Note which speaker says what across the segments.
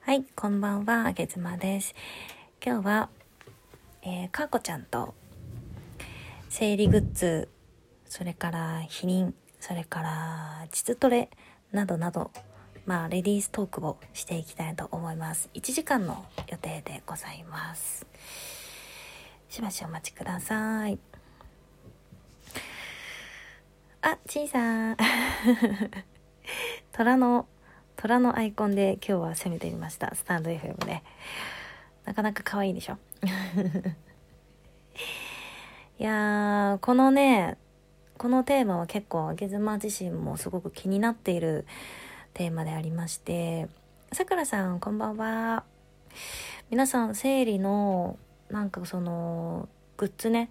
Speaker 1: はい、こんばんは、あげずまです。今日は、えー、かーこちゃんと、生理グッズ、それから避妊、それから、膣トレなどなど、まあ、レディーストークをしていきたいと思います。1時間の予定でございます。しばしお待ちください。あ、ちいさん。 虎の虎のアイコンで今日は攻めてみましたスタンド FM ねなかなか可愛いでしょ いやーこのねこのテーマは結構ゲズマ自身もすごく気になっているテーマでありましてさくらさんこんばんは皆さん生理のなんかそのグッズね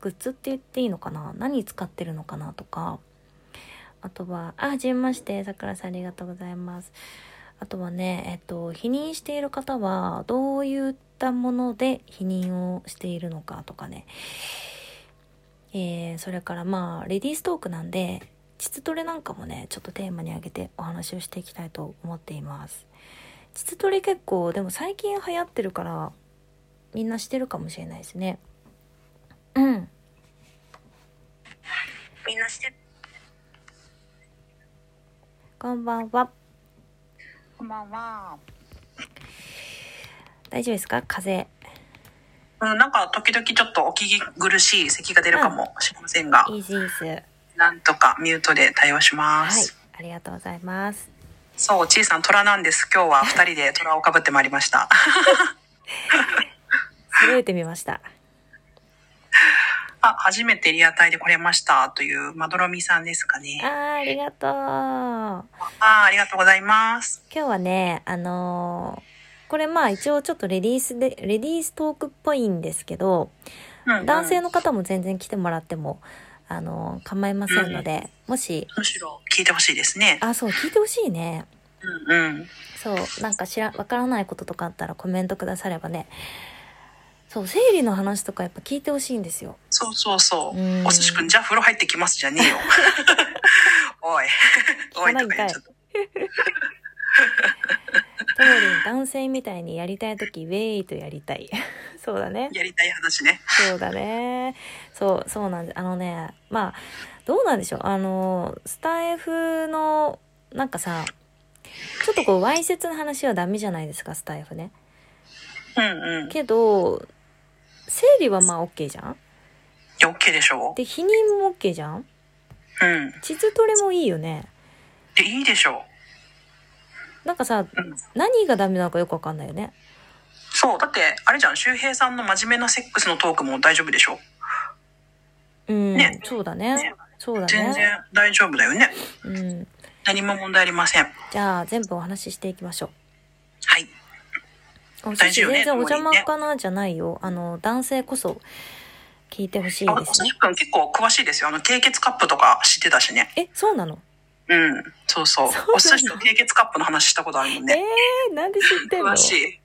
Speaker 1: グッズって言っていいのかな何使ってるのかなとかあとは、あ、はじめまして、さくらさんありがとうございます。あとはね、えっと、否認している方は、どういったもので否認をしているのかとかね。えー、それからまあ、レディーストークなんで、膣トレなんかもね、ちょっとテーマに挙げてお話をしていきたいと思っています。膣トレ結構、でも最近流行ってるから、みんなしてるかもしれないですね。うん。
Speaker 2: みんなして
Speaker 1: こんばんは。
Speaker 2: こんばんは。
Speaker 1: 大丈夫ですか風邪。
Speaker 2: うん、なんか時々ちょっとお聞き苦しい咳が出るかもしれませんが、
Speaker 1: イージース。
Speaker 2: なんとかミュートで対応しま
Speaker 1: はい
Speaker 2: す。、
Speaker 1: ありがとうございます。
Speaker 2: そう、ちいさん虎なんです。今日は二人で虎をかぶってまいりました。
Speaker 1: 揃えてみました。
Speaker 2: あ、初めてリアタイで来れましたというまどろみさんですか
Speaker 1: あ
Speaker 2: ね。
Speaker 1: ー、ありがとう。今
Speaker 2: あ、ありがとうございます。
Speaker 1: 日はね、あのーこれまあ一応ちょっとレディースで、レディーストークっぽいんですけど、
Speaker 2: うんうん
Speaker 1: 男性の方も全然来てもらっても、あのー構いませんので、もし、
Speaker 2: むしろ聞いてほしいですね。
Speaker 1: あ、そう、聞いてほしいね。
Speaker 2: うんうん。
Speaker 1: そう、なんか知ら、わからないこととかあったらコメントくださればね。そう、生理の話とかやっぱ聞いてほしいんです よ。
Speaker 2: そうそうそう。
Speaker 1: うん
Speaker 2: おすしくん、じゃあ風呂入ってきますじゃね えよ。おい。 おいとか言っちゃった。
Speaker 1: とより男性みたいにやりたいとき、ウェイとやりたい。 そうだね。
Speaker 2: やりたい話ね。
Speaker 1: そうだね。そう、そうなんです。あのね、まあ、どうなんでしょう。あの、スタイフの、なんかさ、ちょっとこう、わいせつな話はダメじゃないですか、スタイフね。
Speaker 2: うんうん。
Speaker 1: けど、生理はまあ、OK じゃん
Speaker 2: いや OK でしょ
Speaker 1: で、避妊も OK じゃん
Speaker 2: う。うん。
Speaker 1: 地図トレもいいよね。
Speaker 2: で、いいでしょ
Speaker 1: なんかさ、
Speaker 2: う。うん。
Speaker 1: 何がダメなのかよくわかんないよね。
Speaker 2: そう。だって、あれじゃん、周平さんの真面目なセックスのトークも大丈夫でしょ。
Speaker 1: うん、
Speaker 2: ね
Speaker 1: そうだね
Speaker 2: ね。
Speaker 1: そうだ
Speaker 2: 全
Speaker 1: ね。
Speaker 2: 然大丈夫だよね。
Speaker 1: うん。
Speaker 2: 何も問題ありません。
Speaker 1: じゃあ、全部お話ししていきましょう。
Speaker 2: はい。
Speaker 1: お寿
Speaker 2: 大
Speaker 1: 司
Speaker 2: 事よね
Speaker 1: 全然お邪魔
Speaker 2: 共にね
Speaker 1: かなじゃないよ。あの、男性こそ聞いてほしい
Speaker 2: あ、お
Speaker 1: です
Speaker 2: さ
Speaker 1: ね
Speaker 2: し。くん結構詳しいですよ。あの、経血カップとか知ってたしね。
Speaker 1: え、そうなの
Speaker 2: うん。そうそ
Speaker 1: そう
Speaker 2: う。
Speaker 1: なの
Speaker 2: お寿司と経血カップの話したことあるもん
Speaker 1: え
Speaker 2: ね。
Speaker 1: ー、なんで知ってんの
Speaker 2: 詳し い。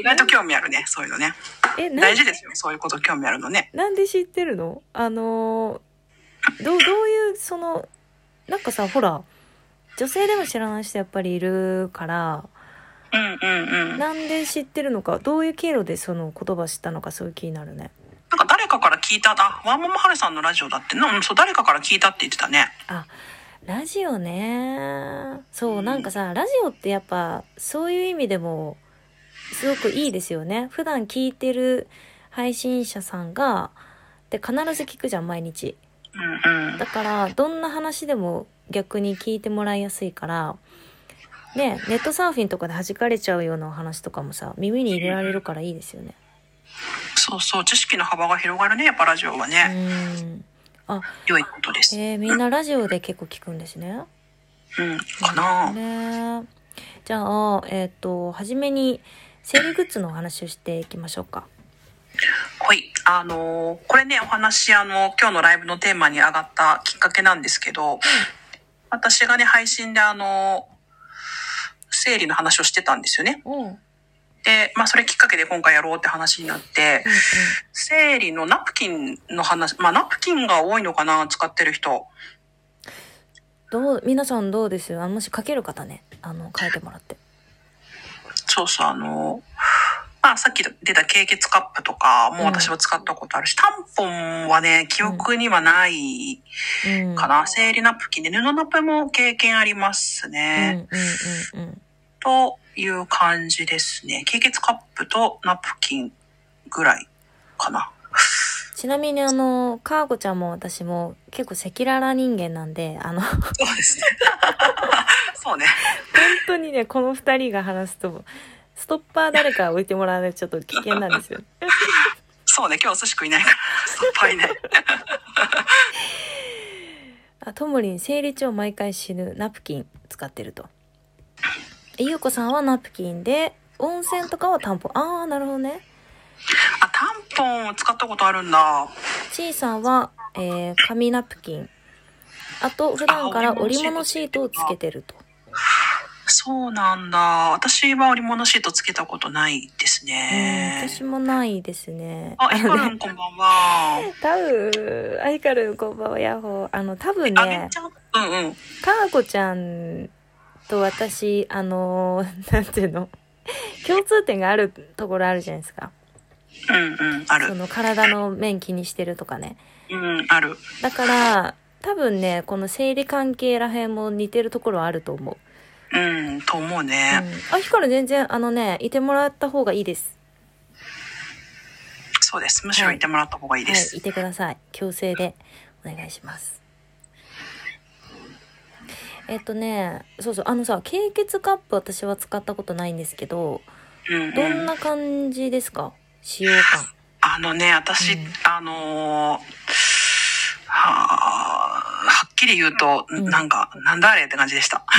Speaker 2: 意外と興味あるね、そういうのね。
Speaker 1: え、な
Speaker 2: 大事ですよ、そういうこと興味あるのね。
Speaker 1: なんで知ってるのあのー、どう、どういう、その、なんかさ、ほら、女性でも知らない人やっぱりいるから、
Speaker 2: うんうんうん。
Speaker 1: な
Speaker 2: なん
Speaker 1: んで知ってるのか、どういう経路でその言葉知ったのか、そういう気になるね。
Speaker 2: か誰かから聞いた、あ、ワンモモハルさんのラジオだってな、うん、そう、誰かから聞いたって言ってたね。
Speaker 1: ラジオねそうう、
Speaker 2: ん
Speaker 1: なんかさ、ラジオってやっぱ、そういう意味でも、すごくいいですよね。普段聞いてる配信者さんが、で、必ず聞くじゃん、毎日。
Speaker 2: うんうん
Speaker 1: だ。から、どんな話でも逆に聞いてもらいやすいから、ね、ネットサーフィンとかで弾かれちゃうようなお話とかもさ、耳に入れられるからいいですよね。
Speaker 2: そうそう、知識の幅が広がるね、やっぱラジオは
Speaker 1: う
Speaker 2: ね。
Speaker 1: ん。
Speaker 2: 良いことです。
Speaker 1: えー、みんなラジオで結構聞くんですね。
Speaker 2: うん、かな、
Speaker 1: ねじゃあ、えっ、と、はじめに、生理グッズのお話をしていきましょうか。
Speaker 2: はい。あのーこれね、お話、あの今日のライブのテーマに上がったきっかけなんですけど、私がね、配信であの生理の話をしてたんですよね。
Speaker 1: うん。うんうん。
Speaker 2: で、まあ、それきっかけで今回やろうって話になって、生理のナプキンの話、まあ、ナプキンが多いのかな、使ってる人。
Speaker 1: どう、皆さんどうですあもし書ける方ね、あの、書いてもらって。
Speaker 2: そうそう、あの、まあさっき出た経血カップとかも私も使ったことあるし、タンポンはね、記憶にはない
Speaker 1: うん
Speaker 2: かな。生理ナプキンで、布ナプも経験あります
Speaker 1: うん
Speaker 2: ね。
Speaker 1: うんうんうん
Speaker 2: という感じですね。経血カップとナプキンぐらいかな。
Speaker 1: ちなみにあの、かーこちゃんも私も結構赤裸々人間なんで、 あの、本
Speaker 2: そうですね。 そうね。
Speaker 1: 当にね、この二人が話すと、ストッパー誰か置いてもらわないとちょっと危険なんですよ。
Speaker 2: そうね。今日お寿司食いないから、ストッパーいない。
Speaker 1: あ、ともりん、生理中毎回死ぬナプキン使ってると。えゆうこさんはナプキンで、温泉とかはタンポン。あー、なるほどね。
Speaker 2: あ、タンポン使ったことあるんだ。
Speaker 1: ちーさんは、えー、紙ナプキン。あと、普段から織物シートをつけてると。
Speaker 2: そうなんだ。私は織物シートつけたことないです
Speaker 1: うん、
Speaker 2: ね。
Speaker 1: 私もないですね。
Speaker 2: あ、ヒカルンこんばんは。
Speaker 1: 多分、アイカルンこんばんは、ヤッホー。あの、多分
Speaker 2: あ、め
Speaker 1: ね
Speaker 2: っち、ゃ、うんうん。
Speaker 1: かなこちゃんと私、あのー、なんていうの、共通点があるところあるじゃないですか。
Speaker 2: うんうん、あ
Speaker 1: そ
Speaker 2: る。
Speaker 1: の体の面気にしてるとかね。
Speaker 2: うん、ある。
Speaker 1: だから、多分ね、この生理関係らへんも似てるところはあると思う。
Speaker 2: うん、と思う
Speaker 1: うん、
Speaker 2: ね。
Speaker 1: あ、ヒカルン全然、あのね、いてもらった方がいいです。
Speaker 2: そうです。むしろいてもらった方がいいで
Speaker 1: は
Speaker 2: す
Speaker 1: い、い。てください。強制でお願いします。えっとね、そうそう、あのさ、経血カップ私は使ったことないんですけど、
Speaker 2: うん
Speaker 1: ど
Speaker 2: うんん。
Speaker 1: な感じですか使用感。
Speaker 2: あのね、私
Speaker 1: うん、
Speaker 2: あのー、はーはっきり言うと、
Speaker 1: ん
Speaker 2: なんか、なんだあれって感じでした。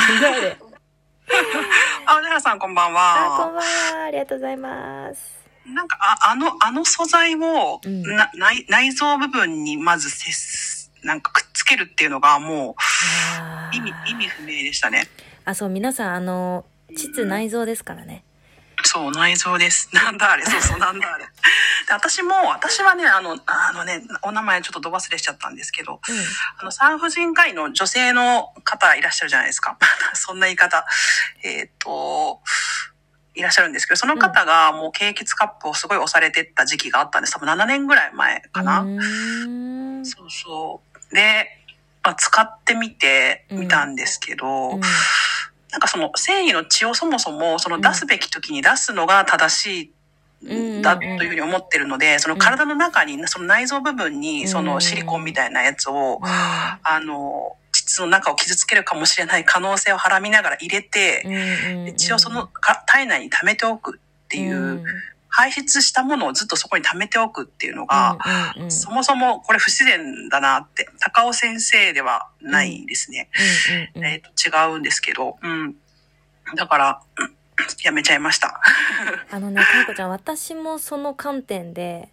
Speaker 1: あ、
Speaker 2: あ、宇治原さんこんばん
Speaker 1: こん
Speaker 2: は。
Speaker 1: ばんは。ありがとうございます。
Speaker 2: なんか、ああの、あの素材を、
Speaker 1: うん
Speaker 2: な内内臓部分にまず接す、なんかくっつけるっていうのがも
Speaker 1: あ
Speaker 2: う、
Speaker 1: ー
Speaker 2: 意味、意味不明でしたね。
Speaker 1: あ、そう、皆さん、あの、膣内臓ですからね。
Speaker 2: そう、内臓です。 なんだあれ、そうそう、な んだあれ。で私も、私はね、あの、あのね、お名前ちょっとど忘れしちゃったんですけど、あの、産婦人科医の女性の方いらっしゃるじゃないですか。 そんな言い方。えーっ、と、いらっしゃるんですけど、その方がもう経血カップをすごい押されてった時期があったんです。多分7年ぐらい前
Speaker 1: う
Speaker 2: か
Speaker 1: ん。
Speaker 2: な。
Speaker 1: うーん
Speaker 2: そうそう。で、まあ、使ってみて
Speaker 1: うん
Speaker 2: みたんですけど、
Speaker 1: うん
Speaker 2: なんかその生理の血をそもそもその出すべき時に出すのが正しいんだ
Speaker 1: うん
Speaker 2: と
Speaker 1: うんうん
Speaker 2: いうふうに思ってるので、その体の中に、その内臓部分にそのシリコンみたいなやつを、
Speaker 1: う
Speaker 2: あの、膣の中を傷つけるかもしれない可能性をはらみながら入れて、
Speaker 1: んうん。
Speaker 2: で血をそのか体内に溜めておくっていう、排出したものをずっとそこに溜めておくっていうのが、
Speaker 1: うんうんうん
Speaker 2: そもそもこれ不自然だなって、高尾先生ではないですね。
Speaker 1: うんうんうん
Speaker 2: えっ、と、違うんですけど、うん。だから、うんやめちゃいました。
Speaker 1: あのね、かいこちゃん、私もその観点で、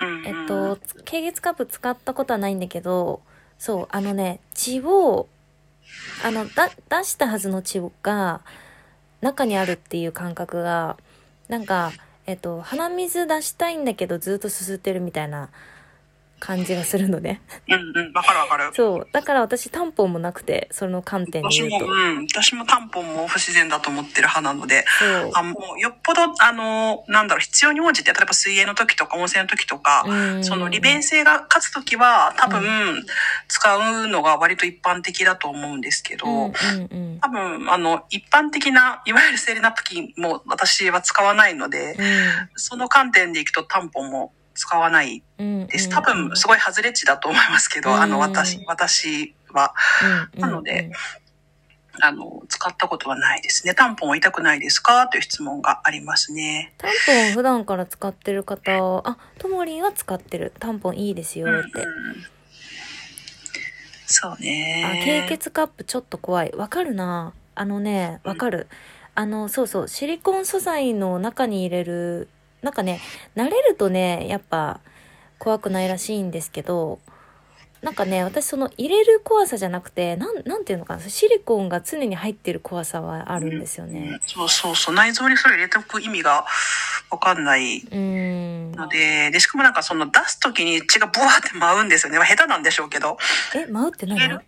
Speaker 2: うん、
Speaker 1: えっと、つ経月カップ使ったことはないんだけど、そう、あのね、血を、あの、だ、出したはずの血が、中にあるっていう感覚が、なんか、えっと、鼻水出したいんだけど、ずっとすすってるみたいな感じがするのね。
Speaker 2: うん、うん、わかるわかる。
Speaker 1: そう、だから私、担保もなくて、その観点で
Speaker 2: 私
Speaker 1: 言う
Speaker 2: も、
Speaker 1: と
Speaker 2: う。ん、私もタンポンも不自然だと思ってる派なので、
Speaker 1: そう。
Speaker 2: あもうよっぽど、あの、なんだろう、必要に応じて、例えば水泳の時とか温泉の時とか、
Speaker 1: うん
Speaker 2: その利便性が勝つ時は、多分、使うのが割と一般的だと思うんですけど、
Speaker 1: うんうん
Speaker 2: 多分、あの、一般的な、いわゆる生理ナプキンも私は使わないので、
Speaker 1: う
Speaker 2: その観点でいくとタンポンも使わない
Speaker 1: ん。うん。
Speaker 2: です。多分、す
Speaker 1: い。
Speaker 2: ごい外れ値だと思いますけど、あ
Speaker 1: う
Speaker 2: の、
Speaker 1: ん
Speaker 2: 私、私は、
Speaker 1: うん
Speaker 2: なので、あの、使ったことはないですね。タンポンは痛くないですかという質問がありますね。
Speaker 1: タンポン普段から使ってる方、あ、ともりんは使ってる。タンポンいいですよ
Speaker 2: うんう
Speaker 1: っ
Speaker 2: ん
Speaker 1: て。
Speaker 2: そう
Speaker 1: あ、
Speaker 2: ね
Speaker 1: 経。血カップちょっと怖い。わかるな。あのね、わかる。あの、そうそう、シリコン素材の中に入れる、なんかね、慣れるとね、やっぱ怖くないらしいんですけど、なんかね、私その入れる怖さじゃなくて、なん、なんていうのかな、シリコンが常に入ってる怖さはあるんですよね。
Speaker 2: そうそうそう。内臓にそれ入れておく意味がわかんない。
Speaker 1: うん。
Speaker 2: ので、で、しかもなんかその出すときに血がブワーって舞うんですよね。まあ下手なんでしょうけど。
Speaker 1: え、舞うって何
Speaker 2: 入れる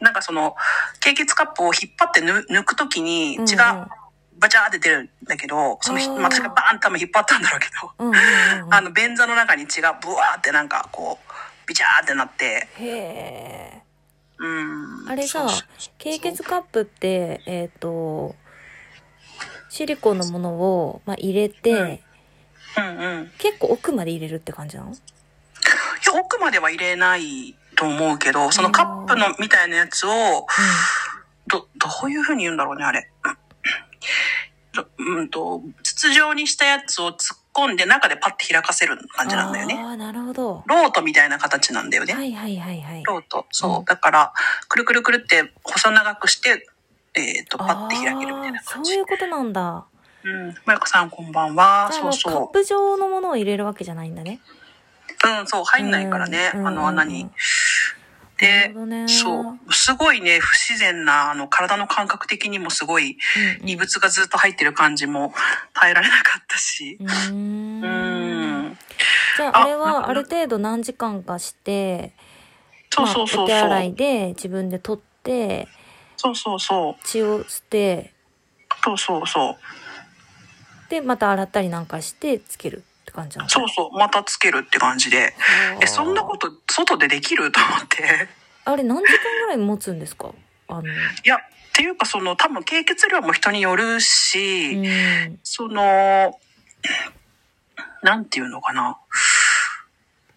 Speaker 2: なんかその、経血カップを引っ張ってぬ抜くときに血がバチャーって出るんだけど、そのひ、
Speaker 1: あー
Speaker 2: まあ、確かにバーンって多分引っ張ったんだろうけど、
Speaker 1: うんうんうんうん
Speaker 2: あの、便座の中に血がブワーってなんかこう、ビチャーってなって、
Speaker 1: へえ
Speaker 2: うん。
Speaker 1: あれさ
Speaker 2: そうそう
Speaker 1: 軽血カップってえっ、とシリコンのものを、まあ、入れて、
Speaker 2: うんうんうん。い
Speaker 1: 結構奥まで入れるって感じなの
Speaker 2: や、奥までは入れないと思うけど、そのカップのみたいなやつを、ど、どういう風に言うんだろうね、あれ。どうんと、筒状にしたやつを突っ込んで中でパッて開かせる感じなんだよね。
Speaker 1: ああなるほど
Speaker 2: ロートみたいな形なんだよね。
Speaker 1: はいはいはいはい
Speaker 2: ロート。そう。
Speaker 1: うん
Speaker 2: だから、くるくるくるって細長くして、えっ、と、パ
Speaker 1: あ
Speaker 2: ッて開けるみたいな
Speaker 1: ーそ
Speaker 2: 感
Speaker 1: う
Speaker 2: じ。
Speaker 1: いうことなんだ
Speaker 2: うん。まゆこさん、こんばんは。
Speaker 1: じゃあ
Speaker 2: そ
Speaker 1: も
Speaker 2: う
Speaker 1: うカップ
Speaker 2: そ
Speaker 1: 状のものを入れるわけじゃないんだね
Speaker 2: う。うん、そう、入んないからね、
Speaker 1: うん
Speaker 2: あの穴に。
Speaker 1: なる
Speaker 2: で
Speaker 1: ほ、どね
Speaker 2: そう。すごいね、不自然な、あの、体の感覚的にもすごい、
Speaker 1: うん
Speaker 2: 異物がずっと入ってる感じも耐えられなかったし。
Speaker 1: うーん
Speaker 2: うーん。
Speaker 1: じゃあ
Speaker 2: あ
Speaker 1: あれは
Speaker 2: な
Speaker 1: ある程度何時間かして
Speaker 2: そう
Speaker 1: まあ
Speaker 2: そうそ
Speaker 1: お
Speaker 2: う
Speaker 1: 手
Speaker 2: そ。
Speaker 1: 洗いうで自分で取って
Speaker 2: そうそうそう。
Speaker 1: 血を捨て
Speaker 2: そうそうそう。
Speaker 1: でまた洗ったりなんかしてつけるって感じなの
Speaker 2: そうそう。またつけるって感じで。
Speaker 1: あー
Speaker 2: え、そんなこと、外でできると思って。
Speaker 1: あれ何時間ぐらい持つんですかあの
Speaker 2: いや、っていうかその、多分経血量も人によるし、
Speaker 1: うん
Speaker 2: その、なんていうのかな。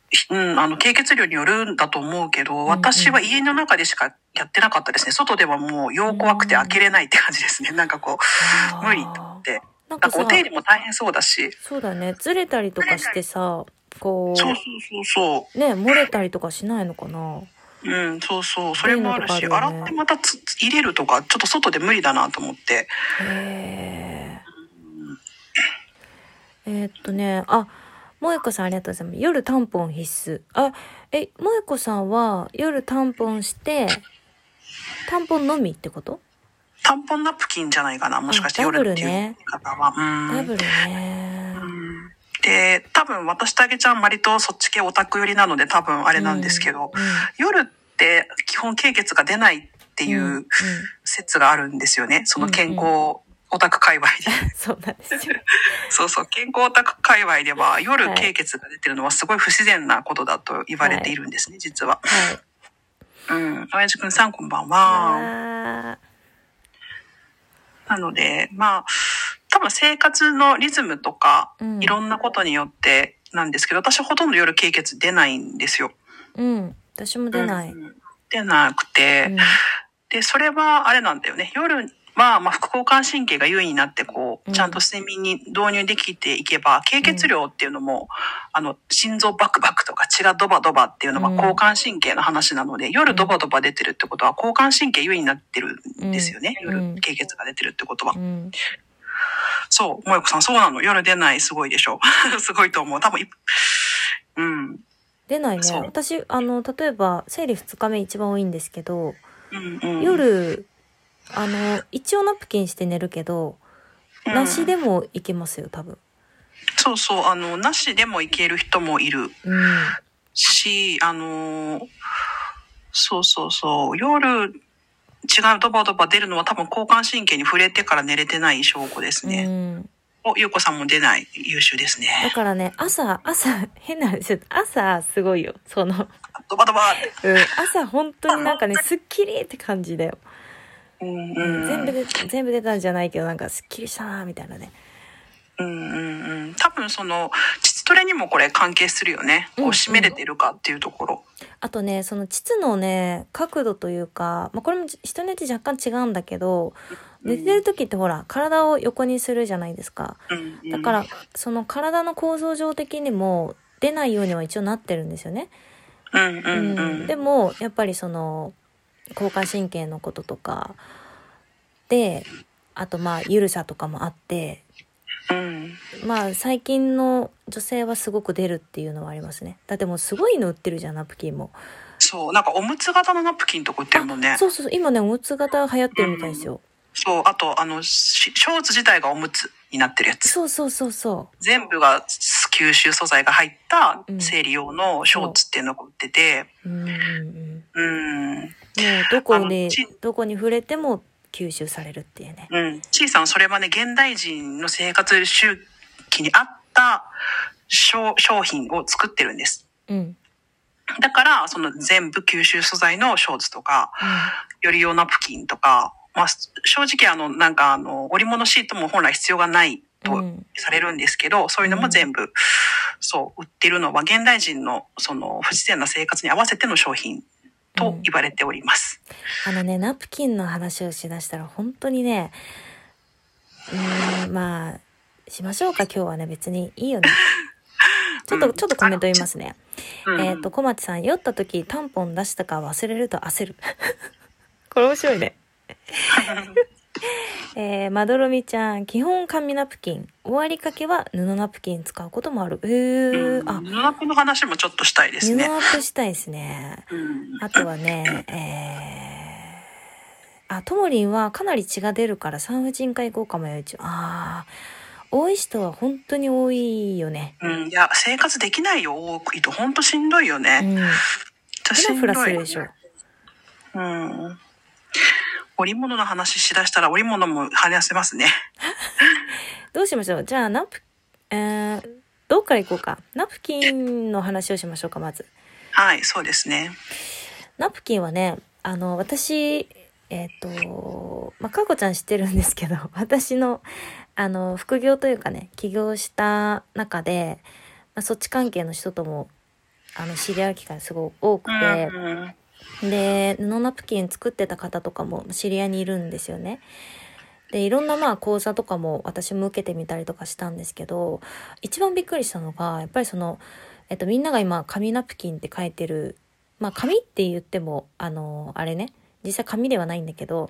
Speaker 2: ひうん、あの、経血量によるんだと思うけど、私は家の中でしかやってなかったですね。外ではもう、よう怖くて開けれないって感じですね。なんかこ
Speaker 1: あ
Speaker 2: う、
Speaker 1: ー
Speaker 2: 無理と思って。
Speaker 1: なんか
Speaker 2: なんかお
Speaker 1: さ
Speaker 2: 手入れも大変そうだし。
Speaker 1: そうだねずれたりとかしてさこ
Speaker 2: そうそうそうそ
Speaker 1: う
Speaker 2: う。
Speaker 1: ね漏れたりとかしないのかな
Speaker 2: うん、そうそう、それもあるし、
Speaker 1: そういうのとかあるよね
Speaker 2: 洗ってまたつ入れるとか、ちょっと外で無理だなと思って。
Speaker 1: へええーっとねあ萌子さんありがとうございます夜タンポン必須あえ萌子さんは夜タンポンしてタンポンのみってこと
Speaker 2: 短ンポンナプキンじゃないかな、もしかして
Speaker 1: あダブル
Speaker 2: 夜
Speaker 1: ね
Speaker 2: っていう方は。
Speaker 1: ダ
Speaker 2: う
Speaker 1: ブ
Speaker 2: ん。
Speaker 1: ルね
Speaker 2: うんで、多分私とあげちゃん割とそっち系オタク寄りなので多分あ
Speaker 1: あ
Speaker 2: れなんですけど、夜って基本経血が出ないってい
Speaker 1: ん
Speaker 2: ううん説があるんですよね。その健康オタク界隈で。
Speaker 1: そうなんですよ
Speaker 2: そうそう、健康オタク界隈では夜
Speaker 1: はい
Speaker 2: 経血が出てるのはすごい不自然なことだと言われているんですね、実は。
Speaker 1: はい
Speaker 2: うん。親父くんさんこんばんは。
Speaker 1: あ
Speaker 2: なので、まあ、多分生活のリズムとか、
Speaker 1: うん
Speaker 2: いろんなことによってなんですけど、私ほとんど夜経血出ないんですよ。
Speaker 1: ーうん私も出ない、
Speaker 2: うん出なくて、
Speaker 1: うん
Speaker 2: で、それはあれなんだよね。夜は、まあ、副交感神経が優位になって、こ
Speaker 1: う
Speaker 2: う、
Speaker 1: ん
Speaker 2: ちゃんと睡眠に導入できていけば、経血量っていうのも、あの、心臓バクバクとか血がドバドバっていうのは
Speaker 1: うん
Speaker 2: 交感神経の話なので、夜ドバドバ出てるってことは、交感神経優位になってるんですよね。
Speaker 1: うんうん
Speaker 2: 夜、経血が出てるってことは
Speaker 1: う。ん
Speaker 2: そう、萌子さん、そうなの。夜出ない、すごいでしょ。 すごいと思う。多分い、うん。
Speaker 1: 出ないね
Speaker 2: そう
Speaker 1: 私あの例えば生理2日目一番多いんですけど、
Speaker 2: うんうん、
Speaker 1: 夜あの一応ナプキンして寝るけど、
Speaker 2: うん
Speaker 1: なしでもいけますよ多分
Speaker 2: そうそう、あの、なしでもいける人もいる
Speaker 1: うん
Speaker 2: し、あのーそうそうそう、夜、血がドバドバ出るのは多分交感神経に触れてから寝れてない証拠です
Speaker 1: う
Speaker 2: ね。
Speaker 1: ん、
Speaker 2: お、ゆうこさんも出ない優秀です
Speaker 1: だ
Speaker 2: ね。
Speaker 1: からね朝朝変な話朝すごいよその、
Speaker 2: ドバドバって。
Speaker 1: うん、朝本当に なんかねすっきりって感じだよ、
Speaker 2: うん
Speaker 1: 全部で全部出たんじゃないけどなんかすっきりしたなみたいなね
Speaker 2: うんうんうん。多分その、膣トレにもこれ関係するよね。
Speaker 1: う
Speaker 2: こ
Speaker 1: ん
Speaker 2: う
Speaker 1: うん
Speaker 2: 締めれてるかっていうところ。
Speaker 1: あとねその膣のね角度というか、まあ、これも人によって若干違うんだけど寝てる時ってほら体を横にするじゃないですか
Speaker 2: うんうん
Speaker 1: だから、その体の構造上的にも出ないようには一応なってるんですよね。
Speaker 2: うんう
Speaker 1: うん
Speaker 2: うん。
Speaker 1: でもやっぱりその交感神経のこととかであとまあゆるさとかもあって
Speaker 2: うん
Speaker 1: まあ最近の女性はすごく出るっていうのはありますね。だってもうすごいの売ってるじゃんナプキンも。
Speaker 2: そう、なんかおむつ型のナプキンとか売ってるもんね。そ
Speaker 1: そううそうそう今ねおむつ型流行ってるみたいですよ。
Speaker 2: あと、あの、シショーツ自体がおむつになってるやつ。
Speaker 1: そうそうそうそ
Speaker 2: 全部が吸収素材が入った
Speaker 1: うん
Speaker 2: 生理用のショーツっていうのが売ってて、
Speaker 1: う。うんうんうん。もう
Speaker 2: うん、
Speaker 1: どこ
Speaker 2: あの
Speaker 1: に
Speaker 2: ち
Speaker 1: どこに触れても吸収されるっていうね。
Speaker 2: うん。C さん、それはね、現代人の生活周期に合った商商品を作ってるんです。
Speaker 1: うん。
Speaker 2: だから、その全部吸収素材のショーツとか、より用ナプキンとか、まあ、正直あの、なんかあの、織物シートも本来必要がない
Speaker 1: うん。う
Speaker 2: と
Speaker 1: ん。
Speaker 2: されるんですけど、そういうのも全部、そう、売ってるのは現代人のその不自然な生活に合わせての商品
Speaker 1: う
Speaker 2: と
Speaker 1: ん
Speaker 2: 言われております。
Speaker 1: あのね、ナプキンの話をしだしたら本当にね、うーん、まあ、しましょうか今日はね、別にいいよね。ちょっ
Speaker 2: う
Speaker 1: と、
Speaker 2: ん
Speaker 1: ちょっとコメント言いますね。
Speaker 2: うん
Speaker 1: えっ、と、小町さん、酔った時、タンポン出したか忘れると焦る。 これ面白いね。 えー、まどろみちゃん、基本紙ナプキン。終わりかけは布ナプキン使うこともある。え
Speaker 2: う
Speaker 1: ー、
Speaker 2: ん、
Speaker 1: あ、
Speaker 2: 布アップの話もちょっとしたいです
Speaker 1: 布
Speaker 2: ね。
Speaker 1: アップしたいですね。
Speaker 2: うん
Speaker 1: あとはね、えー、あ、ともりんはかなり血が出るから産婦人科行こうかもよ、一応。あー、多い人は本当に多いよね。
Speaker 2: うん、いや、生活できないよ、多くいと。ほんとしんどいよ
Speaker 1: う
Speaker 2: ね。
Speaker 1: ん。
Speaker 2: 私
Speaker 1: フラフラす
Speaker 2: し
Speaker 1: る
Speaker 2: んどい
Speaker 1: でしょ。
Speaker 2: うん。織物の話しだしたら織物も話せますね。
Speaker 1: どうしましょうじゃあ、ナプ、えー、どっから行こうか。ナプキンの話をしましょうか、まず。
Speaker 2: はい、そうですね。
Speaker 1: ナプキンはね、あの、私、えっ、と、まあ、かこちゃん知ってるんですけど、 私の、あの、副業というかね、起業した中で、まあ、そっち関係の人とも、あの、知り合う機会すごい多く
Speaker 2: う
Speaker 1: て、
Speaker 2: ん。
Speaker 1: で、布ナプキン作ってた方とかも知り合いにいるんですよね。で、いろんなまあ講座とかも私も受けてみたりとかしたんですけど、一番びっくりしたのが、やっぱりその、えっと、みんなが今、紙ナプキンって書いてる、まあ紙って言っても、あの、あれね、実際紙ではないんだけど、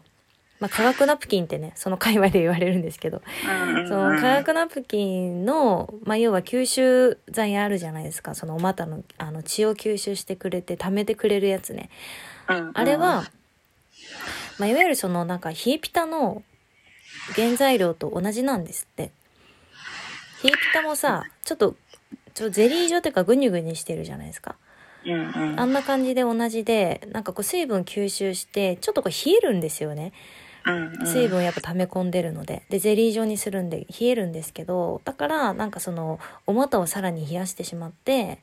Speaker 1: まあ化学ナプキンってね、その界隈で言われるんですけど、
Speaker 2: うん
Speaker 1: その化学ナプキンの、まあ、要は吸収剤あるじゃないですかそのお股のあの血を吸収してくれて溜めてくれるやつね
Speaker 2: うん
Speaker 1: あれ、は、まあ、いわゆるそのなんか冷えピタの原材料と同じなんですって冷えピタもさちょっとちょゼリー状というかグニュグニュしてるじゃないですか
Speaker 2: うんうん
Speaker 1: あんな感じで同じでなんかこう水分吸収してちょっとこう冷えるんですよね
Speaker 2: うんうん
Speaker 1: 水分をやっぱ溜め込んでるのででゼリー状にするんで冷えるんですけどだからなんかそのお股をさらに冷やしてしまって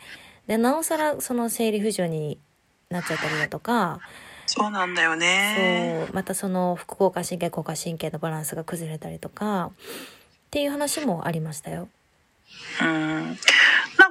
Speaker 1: でなおさらその生理不順になっちゃったりだとか
Speaker 2: そうなんだよね。
Speaker 1: そうまたその副交感神経交感神経のバランスが崩れたりとかっていう話もありましたよ。
Speaker 2: うん。なん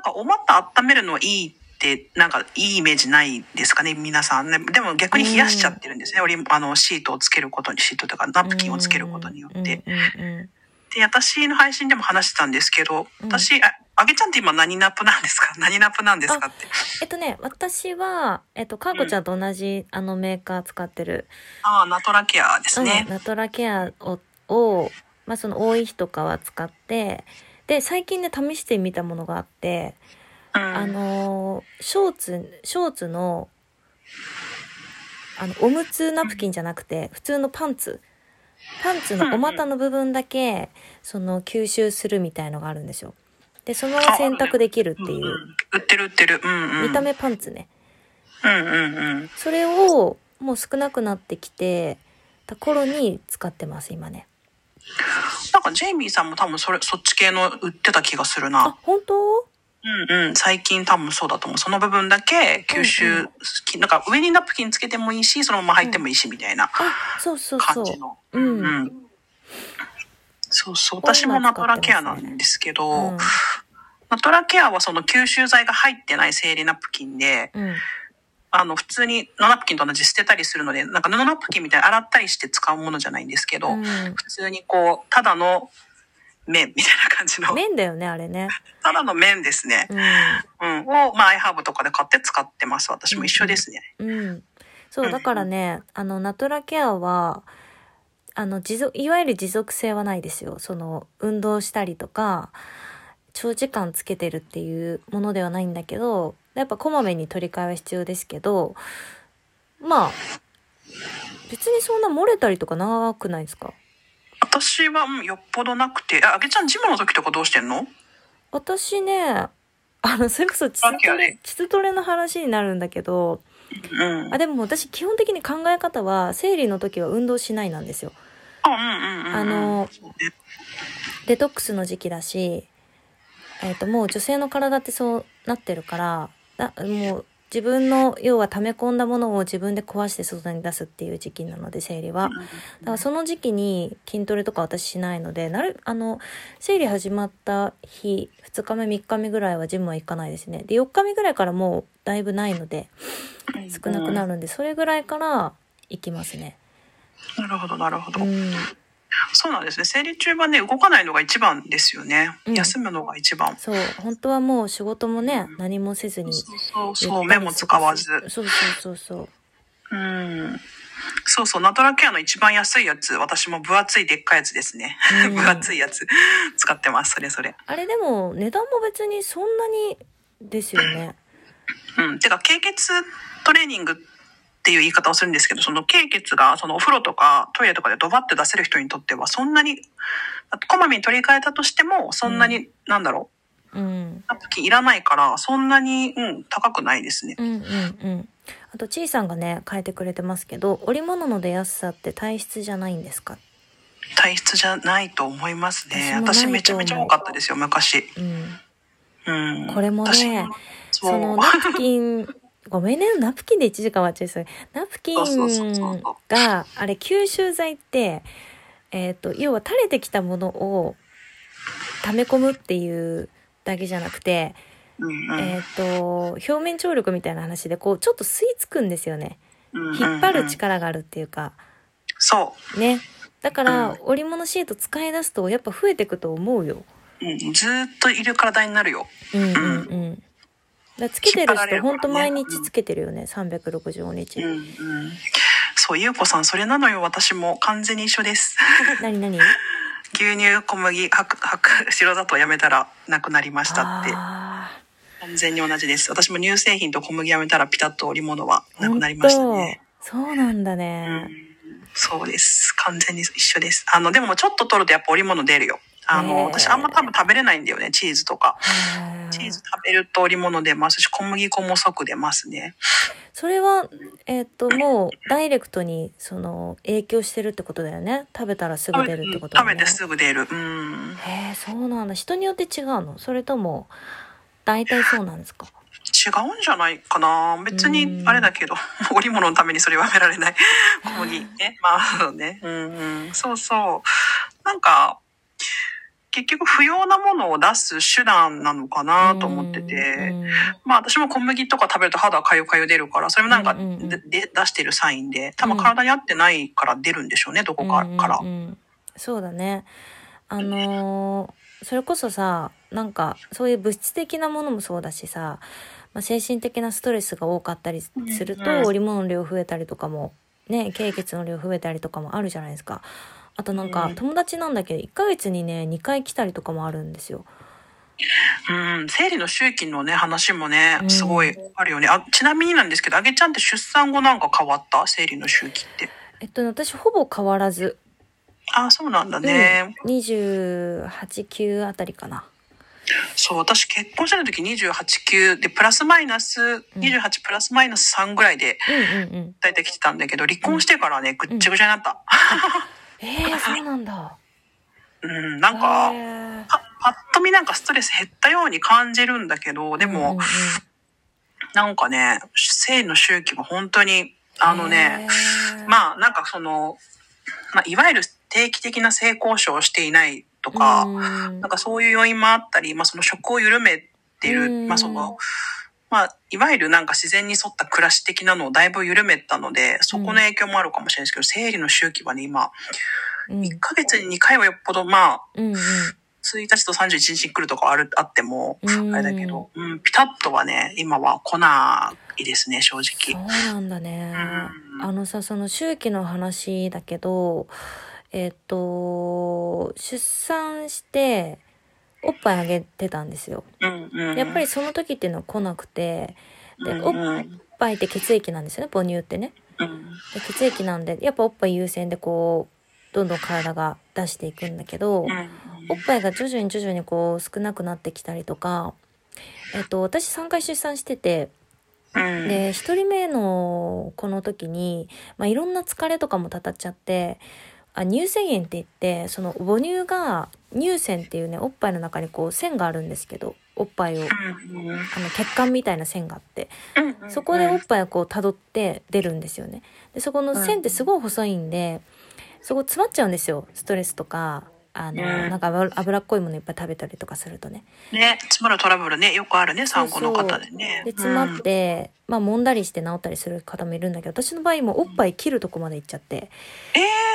Speaker 2: か、お股温めるのいいって、なんか、いいイメージないですかね、皆さんね。でも逆に冷やしちゃってるんですね。俺、あの、シートをつけることに、シートとか、ナプキンをつけることによって。
Speaker 1: うんうんうんうん
Speaker 2: で、私の配信でも話してたんですけど、
Speaker 1: うん
Speaker 2: 私、ああげちゃんって今何ナップなんですか 何ナップなんですかって。
Speaker 1: えっとね私は、えっと、かんこちゃんと同じあのメーカー使ってる
Speaker 2: ああ、ナトラケアです
Speaker 1: う
Speaker 2: ね
Speaker 1: ん。ナトラケアをを、まあ、その多い日とかは使ってで最近ね試してみたものがあって、
Speaker 2: うん。
Speaker 1: あのーショーツショーツのあのおむつナプキンじゃなくて普通のパンツパンツのお股の部分だけその吸収するみたいのがあるんですよでそのまま洗濯できるってい
Speaker 2: うんう
Speaker 1: うん
Speaker 2: 売ってる売ってる。うんうん。
Speaker 1: 見た目パンツね
Speaker 2: うんうんうん。
Speaker 1: それをもう少なくなってきてた頃に使ってます今ね
Speaker 2: なんかジェイミーさんも多分それ、そっち系の売ってた気がするな
Speaker 1: あ。本当
Speaker 2: うんうん。最近多分そうだと思う。その部分だけ吸収、
Speaker 1: うんう
Speaker 2: なんか上にナプキンつけてもいいし、そのまま入ってもいいし、みたいな
Speaker 1: あ、そうそうそ
Speaker 2: 感
Speaker 1: う。
Speaker 2: じの。
Speaker 1: うん
Speaker 2: うん。そうそう。
Speaker 1: こうい
Speaker 2: 私
Speaker 1: うの
Speaker 2: もナ
Speaker 1: 使
Speaker 2: ト
Speaker 1: ってま
Speaker 2: ラ
Speaker 1: すね
Speaker 2: ケアなんですけど、
Speaker 1: うん。
Speaker 2: ナトラケアはその吸収剤が入ってない生理ナプキンで、
Speaker 1: うん。
Speaker 2: あの、普通に布ナプキンと同じ捨てたりするので、なんか布ナプキンみたいに洗ったりして使うものじゃないんですけど、
Speaker 1: うん
Speaker 2: 普通にこう、ただの麺みたいな感じの、
Speaker 1: 麺だよね、あれね。
Speaker 2: ただの麺ですね
Speaker 1: う。ん。
Speaker 2: うん。を、まあ、アイハーブとかで買って使ってます。私も一緒ですね。
Speaker 1: うん。
Speaker 2: う
Speaker 1: そ
Speaker 2: ん
Speaker 1: う、だからね、あの、ナトラケアは、あの、持続、いわゆる持続性はないですよ。その、運動したりとか、長時間つけてるっていうものではないんだけど、やっぱこまめに取り替えは必要ですけど、まあ、別にそんな漏れたりとか長くないですか
Speaker 2: 私は、うん、よっぽどなくて、あ、あげちゃん、ジムの時とかどうしてんの
Speaker 1: 私ね、あの、それこそ、チ
Speaker 2: さ
Speaker 1: ス
Speaker 2: っき
Speaker 1: ト
Speaker 2: あれ
Speaker 1: レ、チストレの話になるんだけど、
Speaker 2: ううん。
Speaker 1: あでも私基本的に考え方は生理の時は運動しないなんですよ
Speaker 2: あ、うんうんうんうん。
Speaker 1: あの
Speaker 2: そうね
Speaker 1: デトックスの時期だし、えっともう女性の体ってそうなってるからだもう自分の要は溜め込んだものを自分で壊して外に出すっていう時期なので生理は
Speaker 2: うん
Speaker 1: だからその時期に筋トレとか私しないのでなるあの生理始まった日2日目3日目ぐらいはジムは行かないですねで4日目ぐらいからもうだいぶないので少なくなるんでそれぐらいから行きますね
Speaker 2: なるほどなるほど、
Speaker 1: うん
Speaker 2: そうなんですね生理中はね動かないのが一番ですよね、
Speaker 1: うん
Speaker 2: 休むのが一番
Speaker 1: そう本当はもう仕事もね何もせずに
Speaker 2: そうそうそう目も使わず
Speaker 1: そうそうそうそう
Speaker 2: うんそうそうナトラケアの一番安いやつ私も分厚いでっかいやつですね、
Speaker 1: うん
Speaker 2: 分厚いやつ使ってますそれそれ
Speaker 1: あれでも値段も別にそんなにですよ ね
Speaker 2: うんてか経血トレーニングっていう言い方をするんですけどその経血がそのお風呂とかトイレとかでドバって出せる人にとってはそんなにあとこまめに取り替えたとしてもそんなに、なんだろう
Speaker 1: うん
Speaker 2: ナプキンいらないからそんなに、うん、高くないですね
Speaker 1: うんうんうんあとちいさんがね変えてくれてますけど織物の出やすさって体質じゃないんですか
Speaker 2: 体質じゃないと思いますね
Speaker 1: 私も
Speaker 2: 私
Speaker 1: ない
Speaker 2: めち
Speaker 1: と
Speaker 2: ゃ
Speaker 1: 思う
Speaker 2: めちゃ多かったですよ昔、
Speaker 1: うん
Speaker 2: うん、
Speaker 1: これもね
Speaker 2: 私そう
Speaker 1: そのナプキンごめんねナプキンで1時間終わっちゃいそうナプキ
Speaker 2: そうそうそう
Speaker 1: ン
Speaker 2: そう
Speaker 1: があれ吸収剤ってえっ、と要は垂れてきたものを溜め込むっていうだけじゃなくて
Speaker 2: うんうん
Speaker 1: えっ、と表面張力みたいな話でこうちょっと吸い付くんですよね
Speaker 2: うんうんうん
Speaker 1: 引っ張る力があるっていうか
Speaker 2: そ
Speaker 1: ねだか
Speaker 2: う
Speaker 1: ら
Speaker 2: ん
Speaker 1: 織物シート使い出すとやっぱ増えてくと思うよ
Speaker 2: う、うん、ずーっといる体になるよ
Speaker 1: うんうんうんだからつけて
Speaker 2: 引っ張
Speaker 1: る
Speaker 2: られ
Speaker 1: 人
Speaker 2: るか
Speaker 1: ほ
Speaker 2: ら
Speaker 1: ん
Speaker 2: ね
Speaker 1: と毎日つけてるよね365日、
Speaker 2: うんうんそうゆうこさんそれなのよ私も完全に一緒です
Speaker 1: 何何
Speaker 2: 牛乳小麦白白白砂糖やめたらなくなりましたって
Speaker 1: あ
Speaker 2: 完全に同じです私も乳製品と小麦やめたらピタッと織物は
Speaker 1: ー
Speaker 2: なくなりました
Speaker 1: ほん
Speaker 2: ね
Speaker 1: とそうなんだ
Speaker 2: う
Speaker 1: ね、
Speaker 2: んそうです完全に一緒ですあのでもちょっと取るとやっぱ織物出るよあの、
Speaker 1: へー
Speaker 2: 私あんま多分食べれないんだよねチーズとか
Speaker 1: へー
Speaker 2: チーズ食べると織物出ますし小麦粉も即出ますね
Speaker 1: それはえっ、ともうダイレクトにその影響してるってことだよね食べたらすぐ
Speaker 2: 食
Speaker 1: 出
Speaker 2: べ
Speaker 1: るってことだ
Speaker 2: 食
Speaker 1: よね
Speaker 2: べてすぐ出るうん
Speaker 1: へえそうなんだ人によって違うのそれとも大体そうなんですか
Speaker 2: 違うんじゃないかな別にあれだけど 織物のためにそれはやめられない小麦ねまあそうねうん、うん、そうそうなんか結局不要なものを出す手段なのかなと思って
Speaker 1: う
Speaker 2: て
Speaker 1: ん
Speaker 2: まあ私も小麦とか食べると肌かゆかゆ出るからそれもなんか
Speaker 1: うんうんうん
Speaker 2: でで出してるサインで多分
Speaker 1: うん
Speaker 2: 体に合ってないから出るんでしょうねどこかから
Speaker 1: うんう。んうんそうだねあのーそれこそさなんかそういう物質的なものもそうだしさ、まあ、精神的なストレスが多かったりすると、
Speaker 2: うんうん
Speaker 1: 織物の量増えたりとかもね経血の量増えたりとかもあるじゃないですかあとなんか
Speaker 2: うん
Speaker 1: 友達なんだけど1ヶ月にね2回来たりとかもあるんですよ
Speaker 2: うん、生理の周期のね、話もね
Speaker 1: う、ん
Speaker 2: すごいあるよね。あちなみになんですけど、あげちゃんって出産後なんか変わった生理の周期って。
Speaker 1: えっとね私ほぼ変わらず
Speaker 2: あ、そうなんだね。
Speaker 1: うん、289あたりかな
Speaker 2: そう、私結婚してた時28、9で、プラスマイナス、28プラスマイナス3ぐらいで、
Speaker 1: うんうんうん
Speaker 2: だいたい来てたんだけど、離婚してからね、ぐっちゃぐちゃになった。
Speaker 1: えー、そうなんだ
Speaker 2: うん、なん
Speaker 1: へ
Speaker 2: か、
Speaker 1: ー
Speaker 2: ぱぱっと見なんかストレス減ったように感じるんだけど、で
Speaker 1: うん
Speaker 2: も
Speaker 1: うん、
Speaker 2: なんかね、生理の周期が本当に、あのね、
Speaker 1: へー
Speaker 2: まあなんかその、まあ、いわゆる定期的な性交渉をしていないとか、
Speaker 1: うん
Speaker 2: なんかそういう要因もあったり、まあ、その職を緩めてる、
Speaker 1: うん
Speaker 2: まあその、まあ、いわゆるなんか自然に沿った暮らし的なのをだいぶ緩めたので、そこの影響もあるかもしれないですけど、生理の周期はね、
Speaker 1: う
Speaker 2: 今、
Speaker 1: ん
Speaker 2: 1ヶ月に2回はよっぽど、まあ、
Speaker 1: うんう
Speaker 2: 1日と31日に来るとかある、あっても、
Speaker 1: ん
Speaker 2: あれだけど、うん、ピタッとはね、今は来ないですね、正
Speaker 1: そう
Speaker 2: 直。
Speaker 1: なんだね
Speaker 2: うん
Speaker 1: あのさその周期の話だけどえっと出産しておっぱいあげてたんですよ
Speaker 2: うん、うん。
Speaker 1: やっぱりその時っていうのは来なくてで
Speaker 2: うん、
Speaker 1: おっ
Speaker 2: うん、
Speaker 1: ぱいって血液なんですよね母乳ってね
Speaker 2: うん、
Speaker 1: で血液なんでやっぱおっぱい優先でこうどんどん体が出していくんだけど、
Speaker 2: うん
Speaker 1: おっぱいが徐々に徐々にこう少なくなってきたりとか、えっと、私3回出産してて
Speaker 2: うん。
Speaker 1: で、一人目のこの時に、まあ、いろんな疲れとかもたたっちゃって、あ乳腺炎って言って、その母乳が乳腺っていうね、おっぱいの中にこう線があるんですけど、おっぱいを、
Speaker 2: うんうん
Speaker 1: あの血管みたいな線があって、
Speaker 2: うんうん
Speaker 1: そこでおっぱいをこう辿って出るんですよね。で、そこの線ってすごい細いんで、そこ詰まっちゃうんですよ。ストレスとか、あの、
Speaker 2: うん
Speaker 1: なんか油脂っこいものいっぱい食べたりとかするとね。
Speaker 2: ね、詰まるトラブルね、よくあるね、産後の方でね。
Speaker 1: で詰まって、まあ揉んだりして治ったりする方もいるんだけど私の場合もうおっぱい切るとこまで行っちゃって
Speaker 2: うんえ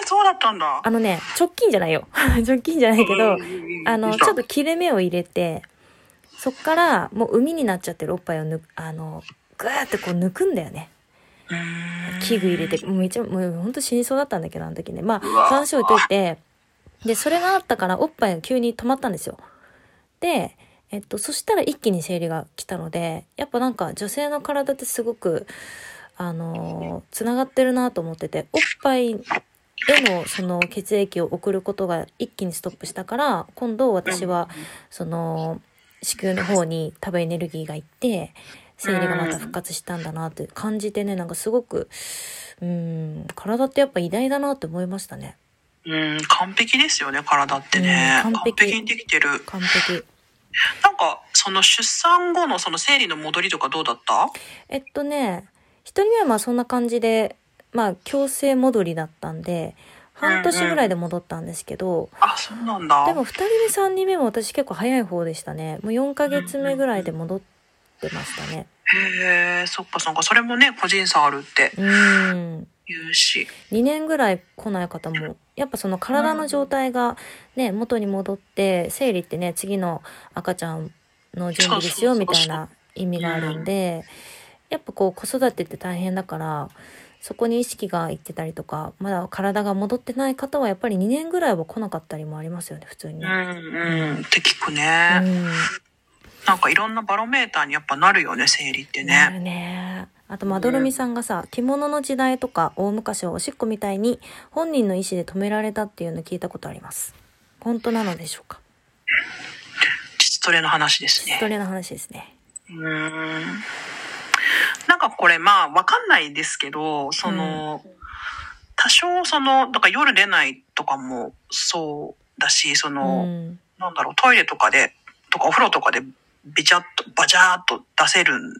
Speaker 2: ー、そうだったんだ。
Speaker 1: あのね直近じゃないよ 直近じゃないけど
Speaker 2: うんうんうんうん
Speaker 1: あのちょっと切れ目を入れてそっからもう海になっちゃってるおっぱいをぬあのグーってこう抜くんだよね器具入れてもうめちゃもう本当死にそうだったんだけどあの時ねま
Speaker 2: うわ
Speaker 1: あ話を置いといてでそれがあったからおっぱいが急に止まったんですよで、えっと、そしたら一気に生理が来たのでやっぱなんか女性の体ってすごくあのつながってるなと思ってておっぱいへのその血液を送ることが一気にストップしたから今度私はその子宮の方に多分エネルギーがいって生理がまた復活したんだなって感じてねなんかすごくうん体ってやっぱ偉大だなって思いましたね
Speaker 2: うん、完璧ですよね、体ってね。
Speaker 1: うん
Speaker 2: 完
Speaker 1: 完
Speaker 2: 璧
Speaker 1: 璧
Speaker 2: にできてる。
Speaker 1: 完 璧
Speaker 2: なんか、その出産後のその生理の戻りとかどうだった
Speaker 1: えっとね一人目はまあそんな感じでまあ強制戻りだったんで半年ぐらいで戻ったんですけど、
Speaker 2: あ、そうなんだ。
Speaker 1: でも2人目3人目も私結構早い方でしたねもう4ヶ月目ぐらいで戻ってましたね
Speaker 2: へえ、そっかそっか。それもね、個人差あるって
Speaker 1: うーん
Speaker 2: 言うし。
Speaker 1: 2年ぐらい来ない方もやっぱその体の状態がね元に戻って生理ってね次の赤ちゃんの準備ですよみたいな意味があるんでやっぱこう子育てって大変だからそこに意識がいってたりとかまだ体が戻ってない方はやっぱり2年ぐらいは来なかったりもありますよね普通に
Speaker 2: う
Speaker 1: ね。
Speaker 2: ん、うん、って聞くね。
Speaker 1: うん
Speaker 2: なんかいろんなバロメーターにやっぱなるよね、生理って
Speaker 1: な
Speaker 2: ね。
Speaker 1: るね。あと、まどろみさんがさ、着物の時代とか大昔はおしっこみたいに本人の意思で止められたっていうの聞いたことあります。本当なのでしょうか
Speaker 2: 実トレの話ですね。
Speaker 1: それの話ですね。
Speaker 2: うーんなんかこれまあわかんないですけど、その、多少その、だから夜出ないとかもそうだし、そうの、
Speaker 1: ん。
Speaker 2: なんだろう、トイレとかで、とかお風呂とかで、べちゃっと、バジャーっと出せるん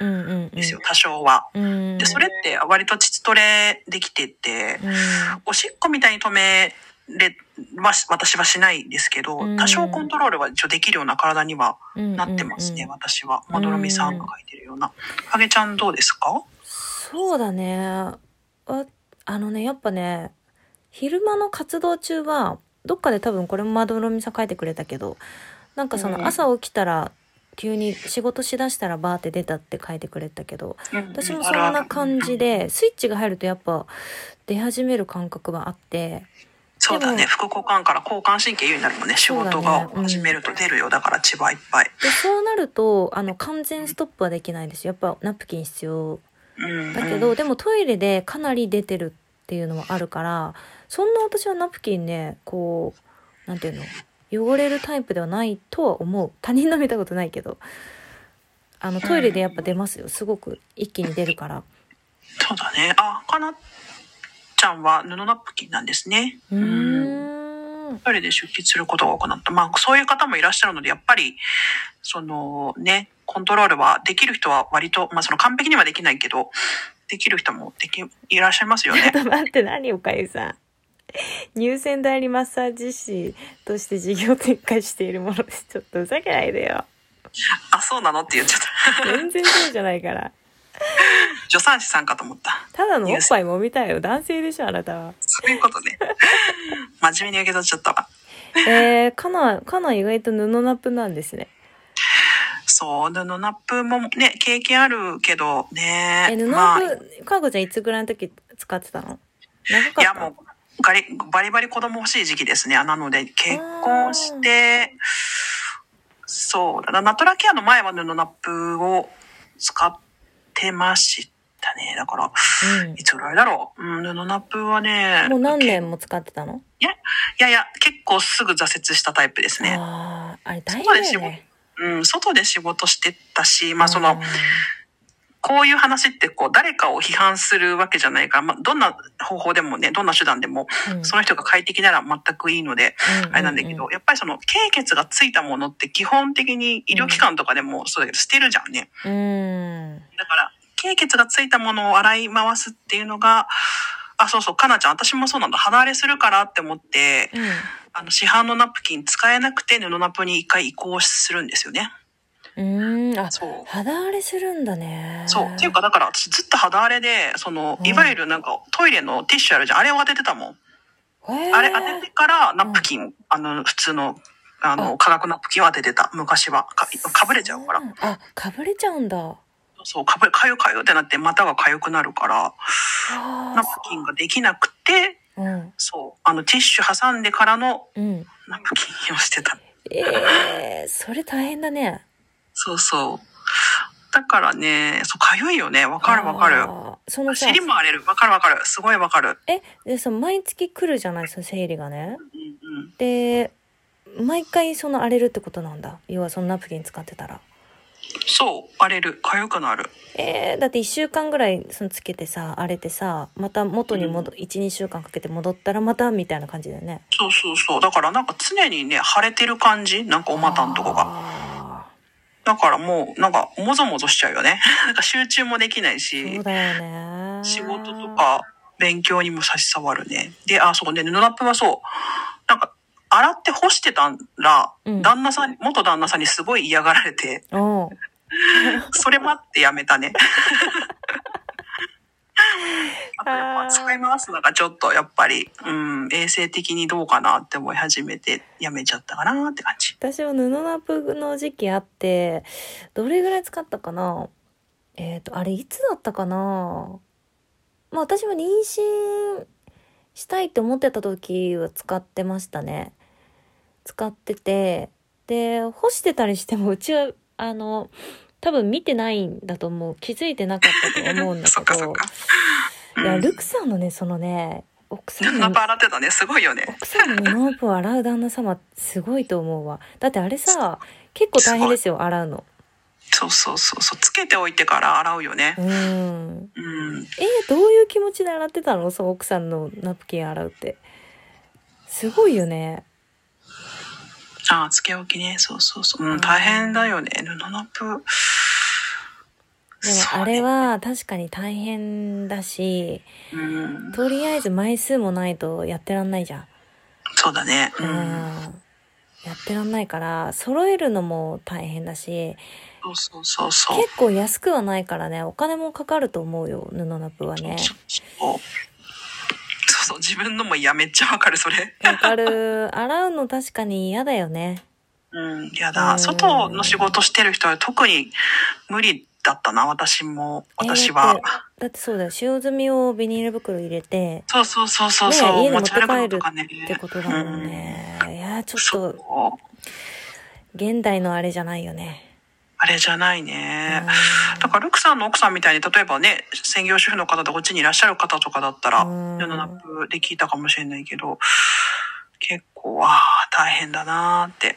Speaker 1: うんうんうん。
Speaker 2: ですよ、多少は。
Speaker 1: うん。
Speaker 2: で、それって割と膣トレできてて、
Speaker 1: うん。
Speaker 2: おしっこみたいに止めれはし、私はしないですけど
Speaker 1: う、ん
Speaker 2: 多少コントロールは一応できるような体には
Speaker 1: うん。
Speaker 2: なってますね、
Speaker 1: うんうん
Speaker 2: 私は。まどろみさんが書いてるような。かげちゃんどうですか
Speaker 1: そうだね。ああのね、やっぱね、昼間の活動中は、どっかで多分これもまどろみさん書いてくれたけど、なんかそ
Speaker 2: うん
Speaker 1: の朝起きたら、急に仕事しだしたらバーって出たって書いてくれたけど、私もそんな感じ。でスイッチが入るとやっぱ出始める感覚があって
Speaker 2: そうだね。
Speaker 1: でも
Speaker 2: 副交感から交感神経優位になるもんね。仕
Speaker 1: そうだね
Speaker 2: 事が始めると出るよ。だから千葉いっぱい。
Speaker 1: でそうなるとあの完全ストップはできないですよやっぱナプキン必要
Speaker 2: うん
Speaker 1: だけど、、でもトイレでかなり出てるっていうのはあるからそんな私はナプキンねこうなんていうの汚れるタイプではないとは思う他人の見たことないけどあのトイレでやっぱ出ますよすごく一気に出るから
Speaker 2: そうだね。あ、かなちゃんは布ナプキンなんですね。
Speaker 1: うーん
Speaker 2: トイレで出血することが多くなった。まあ、そういう方もいらっしゃるので、やっぱり、そのね、コントロールはできる人は割と、まあ、その完璧にはできないけど、できる人もでき、いらっしゃいますよね
Speaker 1: ちょ。っと待って何おかゆさん入選代理マッサージ師として事業展開しているものですちょっとふざけないでよ
Speaker 2: あ、そうなのって言っちゃった。
Speaker 1: 全然そうじゃないから
Speaker 2: 助産師さんかと思った。
Speaker 1: ただのおっぱい揉みたいよ男性でしょあなたは
Speaker 2: そういうことね。 真面目に受け取っちゃったわ。
Speaker 1: えー、かなかな意外と布ナップなんですね
Speaker 2: そう、布ナップもね、経験あるけどね。
Speaker 1: え布
Speaker 2: ま
Speaker 1: ナ
Speaker 2: あ、
Speaker 1: ップかあこちゃんいつぐらいの時使ってたの長
Speaker 2: い
Speaker 1: か
Speaker 2: や
Speaker 1: っ
Speaker 2: も
Speaker 1: た
Speaker 2: う、ガリ、バリバリ子供欲しい時期ですね。なので、結婚して、そうだな、ナトラケアの前は布ナップを使ってましたね。だから、
Speaker 1: うん
Speaker 2: いつぐらいだろう。うん、布ナップはね、
Speaker 1: もう何年も使ってたの
Speaker 2: いや、いやいや、結構すぐ挫折したタイプですね。
Speaker 1: あああれ大
Speaker 2: そうで
Speaker 1: 変
Speaker 2: す
Speaker 1: だ
Speaker 2: よ
Speaker 1: よね
Speaker 2: うん、外で仕事してたし、まあその、こういう話ってこう誰かを批判するわけじゃないから、まあ、どんな方法でもね、どんな手段でも、
Speaker 1: うん
Speaker 2: その人が快適なら全くいいので、
Speaker 1: うん
Speaker 2: あれなんだけ
Speaker 1: う
Speaker 2: ど、やっぱりその経血がついたものって基本的に医療機関とかでもそうだけど捨てるじゃんね。
Speaker 1: うんうん
Speaker 2: だから、経血がついたものを洗い回すっていうのが、あ、そうそう、かなちゃん、私もそうなんだ。離れするからって思って、
Speaker 1: うん
Speaker 2: あの、市販のナプキン使えなくて布ナプに一回移行するんですよね。
Speaker 1: うんあ
Speaker 2: そう。
Speaker 1: 肌荒れするんだね
Speaker 2: そう。っていうか、だから私ずっと肌荒れで、その、
Speaker 1: うん
Speaker 2: いわゆるなんかトイレのティッシュあるじゃん。あれを当ててたもん。
Speaker 1: へー
Speaker 2: あれ当ててからナプキン、あの、普通の、あ
Speaker 1: あ
Speaker 2: の、化学ナプキンを当ててた。昔は。かかぶれちゃうから。
Speaker 1: んあかぶれちゃうんだ
Speaker 2: そう、かぶれ、かゆかゆってなって股がかゆくなるから、
Speaker 1: あ
Speaker 2: ナプキンができなくて、
Speaker 1: ーうん
Speaker 2: そう、あの、ティッシュ挟んでからの
Speaker 1: うん
Speaker 2: ナプキンをしてた。
Speaker 1: えー、それ大変だね
Speaker 2: そうそう。だからね、そう、かゆいよね。わかるわかる。
Speaker 1: あーそのさ
Speaker 2: 尻も荒れる。わかるわかる。すごいわかる。
Speaker 1: えでその毎月来るじゃないその生理がね
Speaker 2: うんうん。
Speaker 1: で毎回その荒れるってことなんだ要はそのナプキン使ってたら
Speaker 2: そう、荒れる。かゆくなる。
Speaker 1: えー、だって1週間ぐらいそのつけてさ荒れてさまた元に戻、12週間かけて戻ったらまたみたいな感じだよね
Speaker 2: そうそうそう。だからなんか常にね、腫れてる感じなんかお股のとこが。
Speaker 1: あ
Speaker 2: だからもう、なんか、もぞもぞしちゃうよね。 なんか集中もできない
Speaker 1: ー
Speaker 2: し
Speaker 1: そう、だよね
Speaker 2: 仕事とか勉強にも差し障るね。で、あ、そうね、布ナップはそう。なんか、洗って干してたら、
Speaker 1: うん
Speaker 2: 旦那さん、元旦那さんにすごい嫌がられて、
Speaker 1: おう
Speaker 2: それもあってやめた ね。あとやっぱ使い回すのがちょっとやっぱり、うん、衛生的にどうかなって思い始めてやめちゃったかなって感じ。
Speaker 1: 私は布ナプの時期あってどれぐらい使ったかなえっ、とあれいつだったかなまあ私は妊娠したいって思ってた時は使ってましたね使っててで干してたりしてもうちはあの多分見てないんだと思う気づいてなかったと思うんだ
Speaker 2: そっ
Speaker 1: け
Speaker 2: かそっ
Speaker 1: ど
Speaker 2: か。
Speaker 1: いや
Speaker 2: うん
Speaker 1: ルクさんのねそのね奥さん
Speaker 2: ナ
Speaker 1: の
Speaker 2: ップ洗ってたね。すごいよね。
Speaker 1: 奥さんのノープを洗う旦那様すごいと思うわだってあれさ結構大変ですよ洗うの
Speaker 2: そうそうそうそう。つけておいてから洗うよね
Speaker 1: う。ーん
Speaker 2: うん。
Speaker 1: えどういう気持ちで洗ってたのその奥さんのナプキン洗うってすごいよね
Speaker 2: ああ、つけ置きね。そうそうそう。うん、大変だよね。布ナップ。
Speaker 1: で
Speaker 2: そう
Speaker 1: も
Speaker 2: ね
Speaker 1: あれは確かに大変だし
Speaker 2: うん。
Speaker 1: とりあえず枚数もないとやってらんないじゃん
Speaker 2: そうだね。う
Speaker 1: うん
Speaker 2: ん。
Speaker 1: やってらんないから揃えるのも大変だし
Speaker 2: そうそうそうそう。
Speaker 1: 結構安くはないからねお金もかかると思うよ布ナプはね
Speaker 2: そうそうそうそう自分のもいやめっちゃわかるそれ
Speaker 1: わかる。洗うの確かに嫌だよね。
Speaker 2: うんや
Speaker 1: う
Speaker 2: だ
Speaker 1: ん
Speaker 2: 外の仕事してる人は特に無理だったな私も私
Speaker 1: えーだ
Speaker 2: は
Speaker 1: ってだってそうだよ。使用済みをビニール袋入れて
Speaker 2: そうそうそうそうそう、
Speaker 1: ねえ家に持っ
Speaker 2: 持
Speaker 1: て
Speaker 2: ち
Speaker 1: 帰る
Speaker 2: 歩くのとかね
Speaker 1: ってことだもんね。いやー、
Speaker 2: う
Speaker 1: ち
Speaker 2: ん
Speaker 1: ょっと
Speaker 2: そう
Speaker 1: 現代のあれじゃないよね。
Speaker 2: あれじゃないうね、だ
Speaker 1: ん
Speaker 2: からルクさんの奥さんみたいに例えばね専業主婦の方でこっちにいらっしゃる方とかだったら
Speaker 1: うん
Speaker 2: 世のナップで聞いたかもしれないけど結構ああ大変だなーって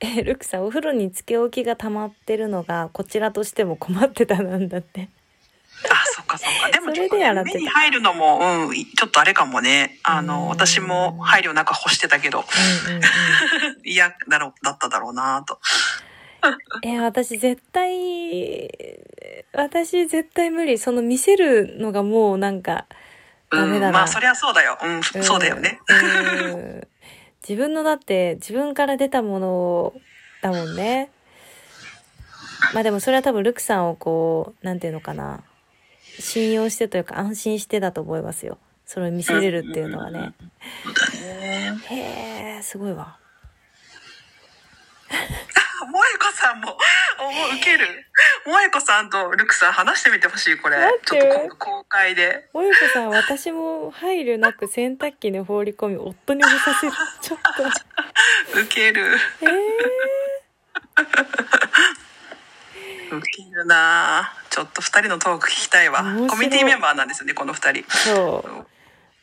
Speaker 1: え、ルクさん、お風呂につけ置きが溜まってるのが、こちらとしても困ってたなんだ って。
Speaker 2: あ、そっかそっ か。でも
Speaker 1: そ
Speaker 2: ちょ
Speaker 1: れ
Speaker 2: っと
Speaker 1: で
Speaker 2: ね
Speaker 1: 洗ってた
Speaker 2: 目に入るのも、うん、ちょっとあれかもね。あ
Speaker 1: うん
Speaker 2: の、私も配慮なく干してたけど、
Speaker 1: うんうんうん。
Speaker 2: 嫌だろ、だっただろうなと。
Speaker 1: え、私絶対、私絶対無理。その見せるのがもうなんか、
Speaker 2: う
Speaker 1: ダメ
Speaker 2: ん、
Speaker 1: だな
Speaker 2: まあそりゃそうだよ。うん、そうだよね。
Speaker 1: うん。自分のだって自分から出たものだもんね。まあでもそれは多分ルクさんをこう、なんていうのかな。信用してというか安心してだと思いますよ。それを見せれるっていうのはね。
Speaker 2: そうだね。
Speaker 1: へえ、すごいわ。
Speaker 2: 萌子さんも、おも、ウケる。萌子さんとルクさん話してみてほしい、これ
Speaker 1: 待っ。
Speaker 2: ち
Speaker 1: て
Speaker 2: ょっと今度公開で。
Speaker 1: おゆこさん、私も配慮なく洗濯機に放り込み、夫に干させる。ちょっと。
Speaker 2: ウケる。
Speaker 1: え
Speaker 2: ウケるなちょっと二人のトーク聞きたいわ
Speaker 1: 面白い。
Speaker 2: コミュニティメンバーなんですよね、この二
Speaker 1: ー、
Speaker 2: 人。
Speaker 1: そう。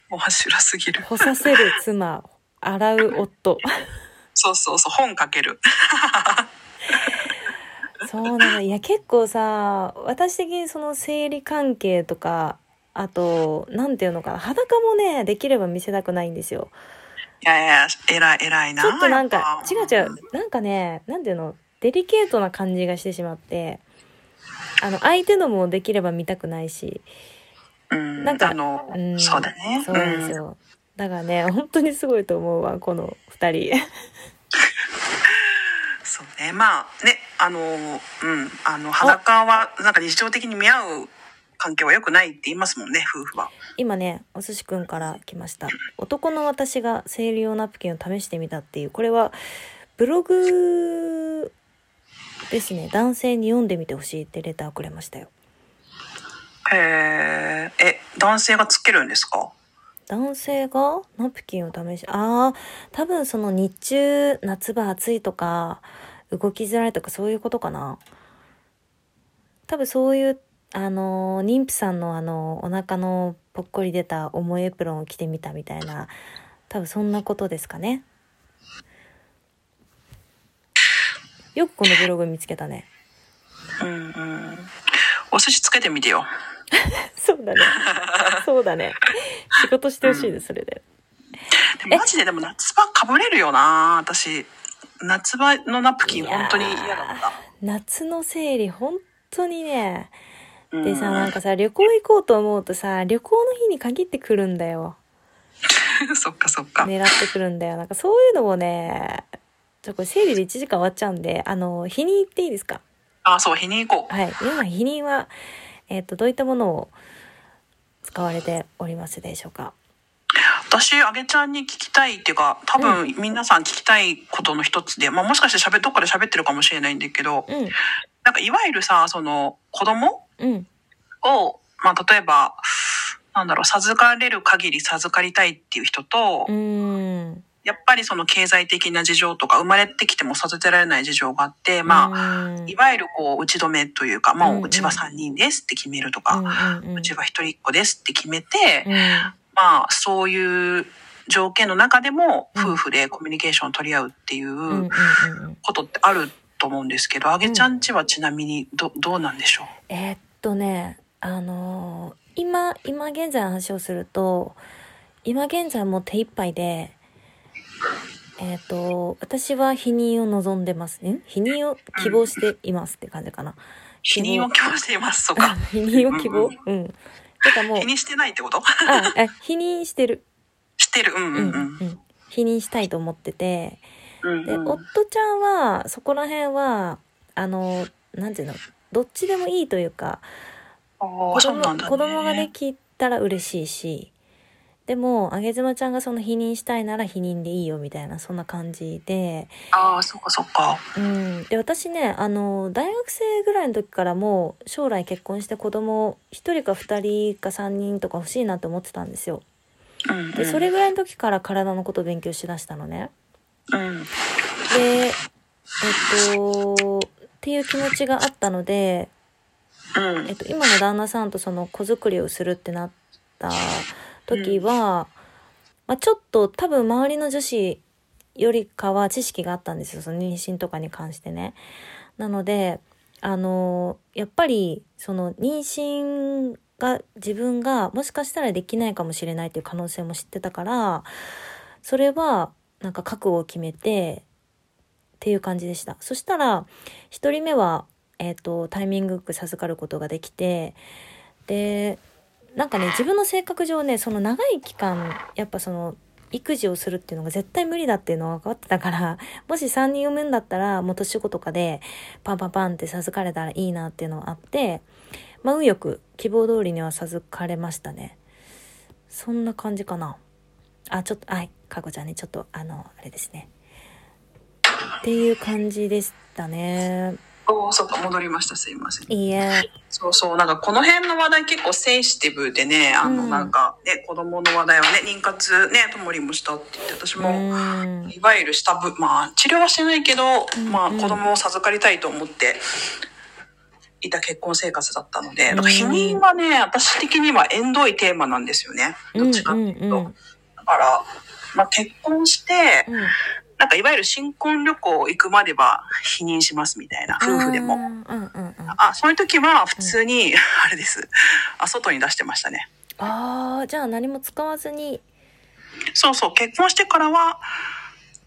Speaker 2: もう柱すぎる。
Speaker 1: 干させる妻、洗う夫。
Speaker 2: そうそうそう、本書ける。
Speaker 1: そうなの。いや、結構さ、私的にその生理関係とか、あと、なんていうのかな、裸もね、できれば見せたくないんですよ。
Speaker 2: いやいや、偉い、偉いな。
Speaker 1: ちょっとなんか、違う
Speaker 2: やぱ
Speaker 1: 違う、なんかね、なんていうの、デリケートな感じがしてしまって、あの、相手のもできれば見たくないし、
Speaker 2: うん、
Speaker 1: なんか
Speaker 2: あの、
Speaker 1: うん
Speaker 2: そうだね。
Speaker 1: そうなんですよ。だからね、本当にすごいと思うわ、この二人。
Speaker 2: うんそうね。まあ、ね、あの、うん、あの、裸は、なんか日常的に見合う関係は良くないって言いますもんね、夫婦は。
Speaker 1: 今ねお寿司くんから来ました男の私が生理用ナプキンを試してみたっていうこれはブログですね男性に読んでみてほしいってレターをくれましたよ
Speaker 2: へえ、え、男性がつけるんですか
Speaker 1: 男性がナプキンを試しああ多分その日中夏場暑いとか動きづらいとかそういうことかな多分そういうあのー妊婦さんのあのお腹のぽっこり出た重いエプロンを着てみたみたいな多分そんなことですかねよくこのブログ見つけたね
Speaker 2: うんうん。お寿司つけてみてよ。
Speaker 1: そう だねそうだね仕事してほしいですそれで
Speaker 2: でもマジででも夏場かぶれるよな、私。夏場のナプキン本当に嫌だった。
Speaker 1: 夏の生理本当にね
Speaker 2: うん
Speaker 1: でさ、なんかさ、旅行行こうと思うとさ、旅行の日に限ってくるんだよ。
Speaker 2: そっかそっか。
Speaker 1: 狙ってくるんだよ。なんかそういうのもね、ちょ、これ整理で1時間終わっちゃうんで、あの、日に行っていいですか
Speaker 2: あ、そう、日に行こう。
Speaker 1: はい。今、日には、えっ、と、どういったものを使われておりますでしょうか
Speaker 2: 私、あげちゃんに聞きたいっていうか、多分皆さん聞きたいことの一つで、まあもしかして喋、どっかで喋ってるかもしれないんだけど、
Speaker 1: うん、
Speaker 2: なんかいわゆるさ、その、子供
Speaker 1: うん、
Speaker 2: を、まあ例えば、なんだろう、授かれる限り授かりたいっていう人と、
Speaker 1: うーん。
Speaker 2: やっぱりその経済的な事情とか、生まれてきても育てられない事情があって、まあ、
Speaker 1: あ
Speaker 2: いわゆるこう打ち止めというか、まあ、
Speaker 1: うんうん
Speaker 2: うちは3人ですって決めるとか、
Speaker 1: うん、うん、うん
Speaker 2: うちは1人1個ですって決めて、
Speaker 1: うん
Speaker 2: まあ、そういう条件の中でも
Speaker 1: うん
Speaker 2: 夫婦でコミュニケーションを取り合うってい
Speaker 1: うん、うん
Speaker 2: う
Speaker 1: うん、うん。
Speaker 2: ことってあると思うんですけど、あげちゃんちはちなみにどどうなんでしょ
Speaker 1: えーっとねあのー今今現在の話をすると今現在もう手一杯でえーっと私は避妊を望んでますん避妊を希望していますって感じかな。
Speaker 2: う否認を強制していますとか
Speaker 1: 避妊を希望うんてかもう
Speaker 2: 否認してないってこと
Speaker 1: あえ避妊してる
Speaker 2: してる。うん
Speaker 1: う
Speaker 2: うん
Speaker 1: うんんうん避妊したいと思ってて
Speaker 2: うん。うん
Speaker 1: で
Speaker 2: うん
Speaker 1: 夫ちゃんはそこら辺はあのなんていうのどっちでもいいというか
Speaker 2: ああ、
Speaker 1: 子
Speaker 2: そう
Speaker 1: 供
Speaker 2: なんだ、ね。
Speaker 1: 子供ができたら嬉しいしでもあげ妻ちゃんがその否認したいなら否認でいいよみたいなそんな感じで,、
Speaker 2: ああ、そっかそっか。
Speaker 1: うん、で私ねあの大学生ぐらいの時からもう将来結婚して子供一1人か2人か3人とか欲しいなって思ってたんですよ
Speaker 2: うん、うん。
Speaker 1: でそれぐらいの時から体のことを勉強しだしたのね
Speaker 2: うん。
Speaker 1: でえっとっていう気持ちがあったので
Speaker 2: うん
Speaker 1: えっ。と、今の旦那さんとその子作りをするってなった時は、まあ、ちょっと多分周りの女子よりかは知識があったんですよその妊娠とかに関してね。なのであのやっぱりその妊娠が自分がもしかしたらできないかもしれないっていう可能性も知ってたからそれはなんか覚悟を決めてっていう感じでした。そしたら1人目はえっとタイミングよく授かることができてでなんかね自分の性格上ねその長い期間やっぱその育児をするっていうのが絶対無理だっていうのが分かってたから もし3人産むんだったらもう年子とかでパンパンパンって授かれたらいいなっていうのがあってまあ運よく希望通りには授かれましたねそんな感じかなあちょっとはいかこちゃんねちょっとあのあれですねっていう感じでしたね
Speaker 2: おーそうか、戻りました。すいません。
Speaker 1: いいえ
Speaker 2: そうそう、なんかこの辺の話題結構センシティブでね、あ
Speaker 1: う
Speaker 2: の
Speaker 1: ん
Speaker 2: なんかね、子供の話題はね、妊活ね、ともりもしたって言って、私
Speaker 1: う
Speaker 2: も、
Speaker 1: ん
Speaker 2: いわゆる下部、まあ治療はしてないけど、
Speaker 1: うん
Speaker 2: まあ
Speaker 1: うん
Speaker 2: 子供を授かりたいと思っていた結婚生活だったので、
Speaker 1: うん
Speaker 2: だから否認はね、私的には縁遠いテーマなんですよね。どっちかっていうと。
Speaker 1: うんうんうん
Speaker 2: だから、まあ結婚して、
Speaker 1: うん
Speaker 2: なんかいわゆる新婚旅行行くまでは否認しますみたいな、夫婦で
Speaker 1: うん
Speaker 2: も。
Speaker 1: うんうんうん。あ
Speaker 2: あ、そういう時は普通に、 あれです。あ、外に出してましたね。
Speaker 1: あー、じゃあ何も使わずに、
Speaker 2: そうそう、結婚してからは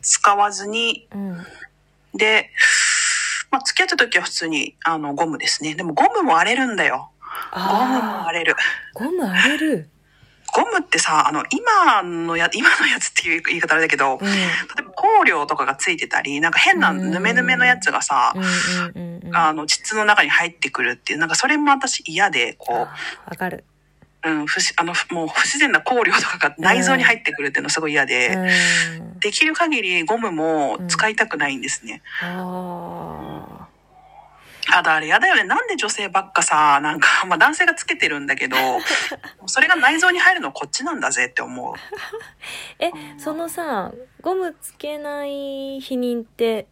Speaker 2: 使わずに、
Speaker 1: うん。
Speaker 2: で、まあ、付き合った時は普通に、あの、ゴムですね。でもゴムも荒れるんだよ。ゴムも
Speaker 1: ああ
Speaker 2: 荒、れる。
Speaker 1: ゴム荒れる。
Speaker 2: ゴムってさ、あの、今のや、今のやつっていう言い方あれだけど、
Speaker 1: うん
Speaker 2: 例えば香料とかがついてたり、なんか変なヌメヌメのやつがさ、
Speaker 1: うんうんうんうん。
Speaker 2: あの、膣の中に入ってくるっていう、なんかそれも私嫌で、こ
Speaker 1: あわかる。
Speaker 2: う、うん、不自あの、ふもう不自然な香料とかが内臓に入ってくるっていうのすごい嫌で、
Speaker 1: うん。
Speaker 2: できる限りゴムも使いたくないんですね。
Speaker 1: あ
Speaker 2: ただあれ嫌だよね。なんで女性ばっかさ、なんか、 まあ男性がつけてるんだ けど、それが内臓に入るのこっちなんだぜって思う。
Speaker 1: あ。え、そのさ、ゴムつけない否認って、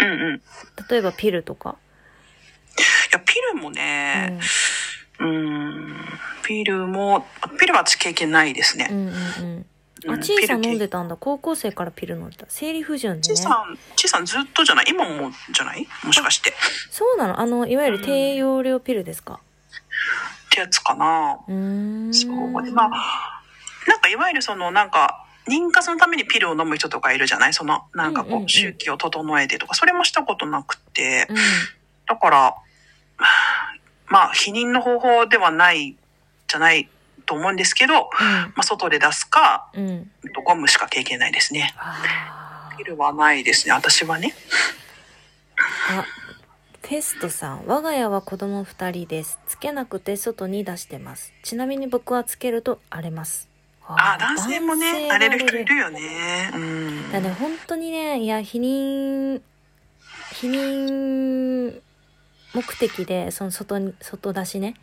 Speaker 2: うんうん。い
Speaker 1: 例えばピルとか。
Speaker 2: や、ピルも
Speaker 1: うん
Speaker 2: ね、うん、ピルも、ピルは私経験ないです
Speaker 1: う
Speaker 2: ね。
Speaker 1: んうんうん。
Speaker 2: う
Speaker 1: あ、
Speaker 2: ん
Speaker 1: チーさん飲ん
Speaker 2: ピル
Speaker 1: でたんだ。高校生からピル飲んでた。生理不順で
Speaker 2: ちい
Speaker 1: ね。
Speaker 2: さん、ちいさんずっとじゃない今もじゃないもしかして。っ
Speaker 1: そうなのあの、いわゆる低用量ピルですか。
Speaker 2: てやつかな。
Speaker 1: うーん。
Speaker 2: そう。で、まあ、なんかいわゆるその、なんか、妊活のためにピルを飲む人とかいるじゃないその、なんか
Speaker 1: うんうんう
Speaker 2: こ
Speaker 1: ん
Speaker 2: う、周期を整えてとか、それもしたことなくて。
Speaker 1: うん。
Speaker 2: だから、まあ、否認の方法ではない、じゃないと思うんですけど、まあ、外で出すか、
Speaker 1: うん。うん。
Speaker 2: ゴムしか経験ないですね。
Speaker 1: あ
Speaker 2: ピルはないですね、私はね。
Speaker 1: あ。フェストさん、我が家は子供二人です。つけなくて外に出してます。ちなみに僕はつけると荒れます。
Speaker 2: ああ、男性もね、
Speaker 1: 荒
Speaker 2: 慣れる人いるよね。うん。
Speaker 1: だね、本当にね、いや、否認、否認目的で、その外に、外出しね、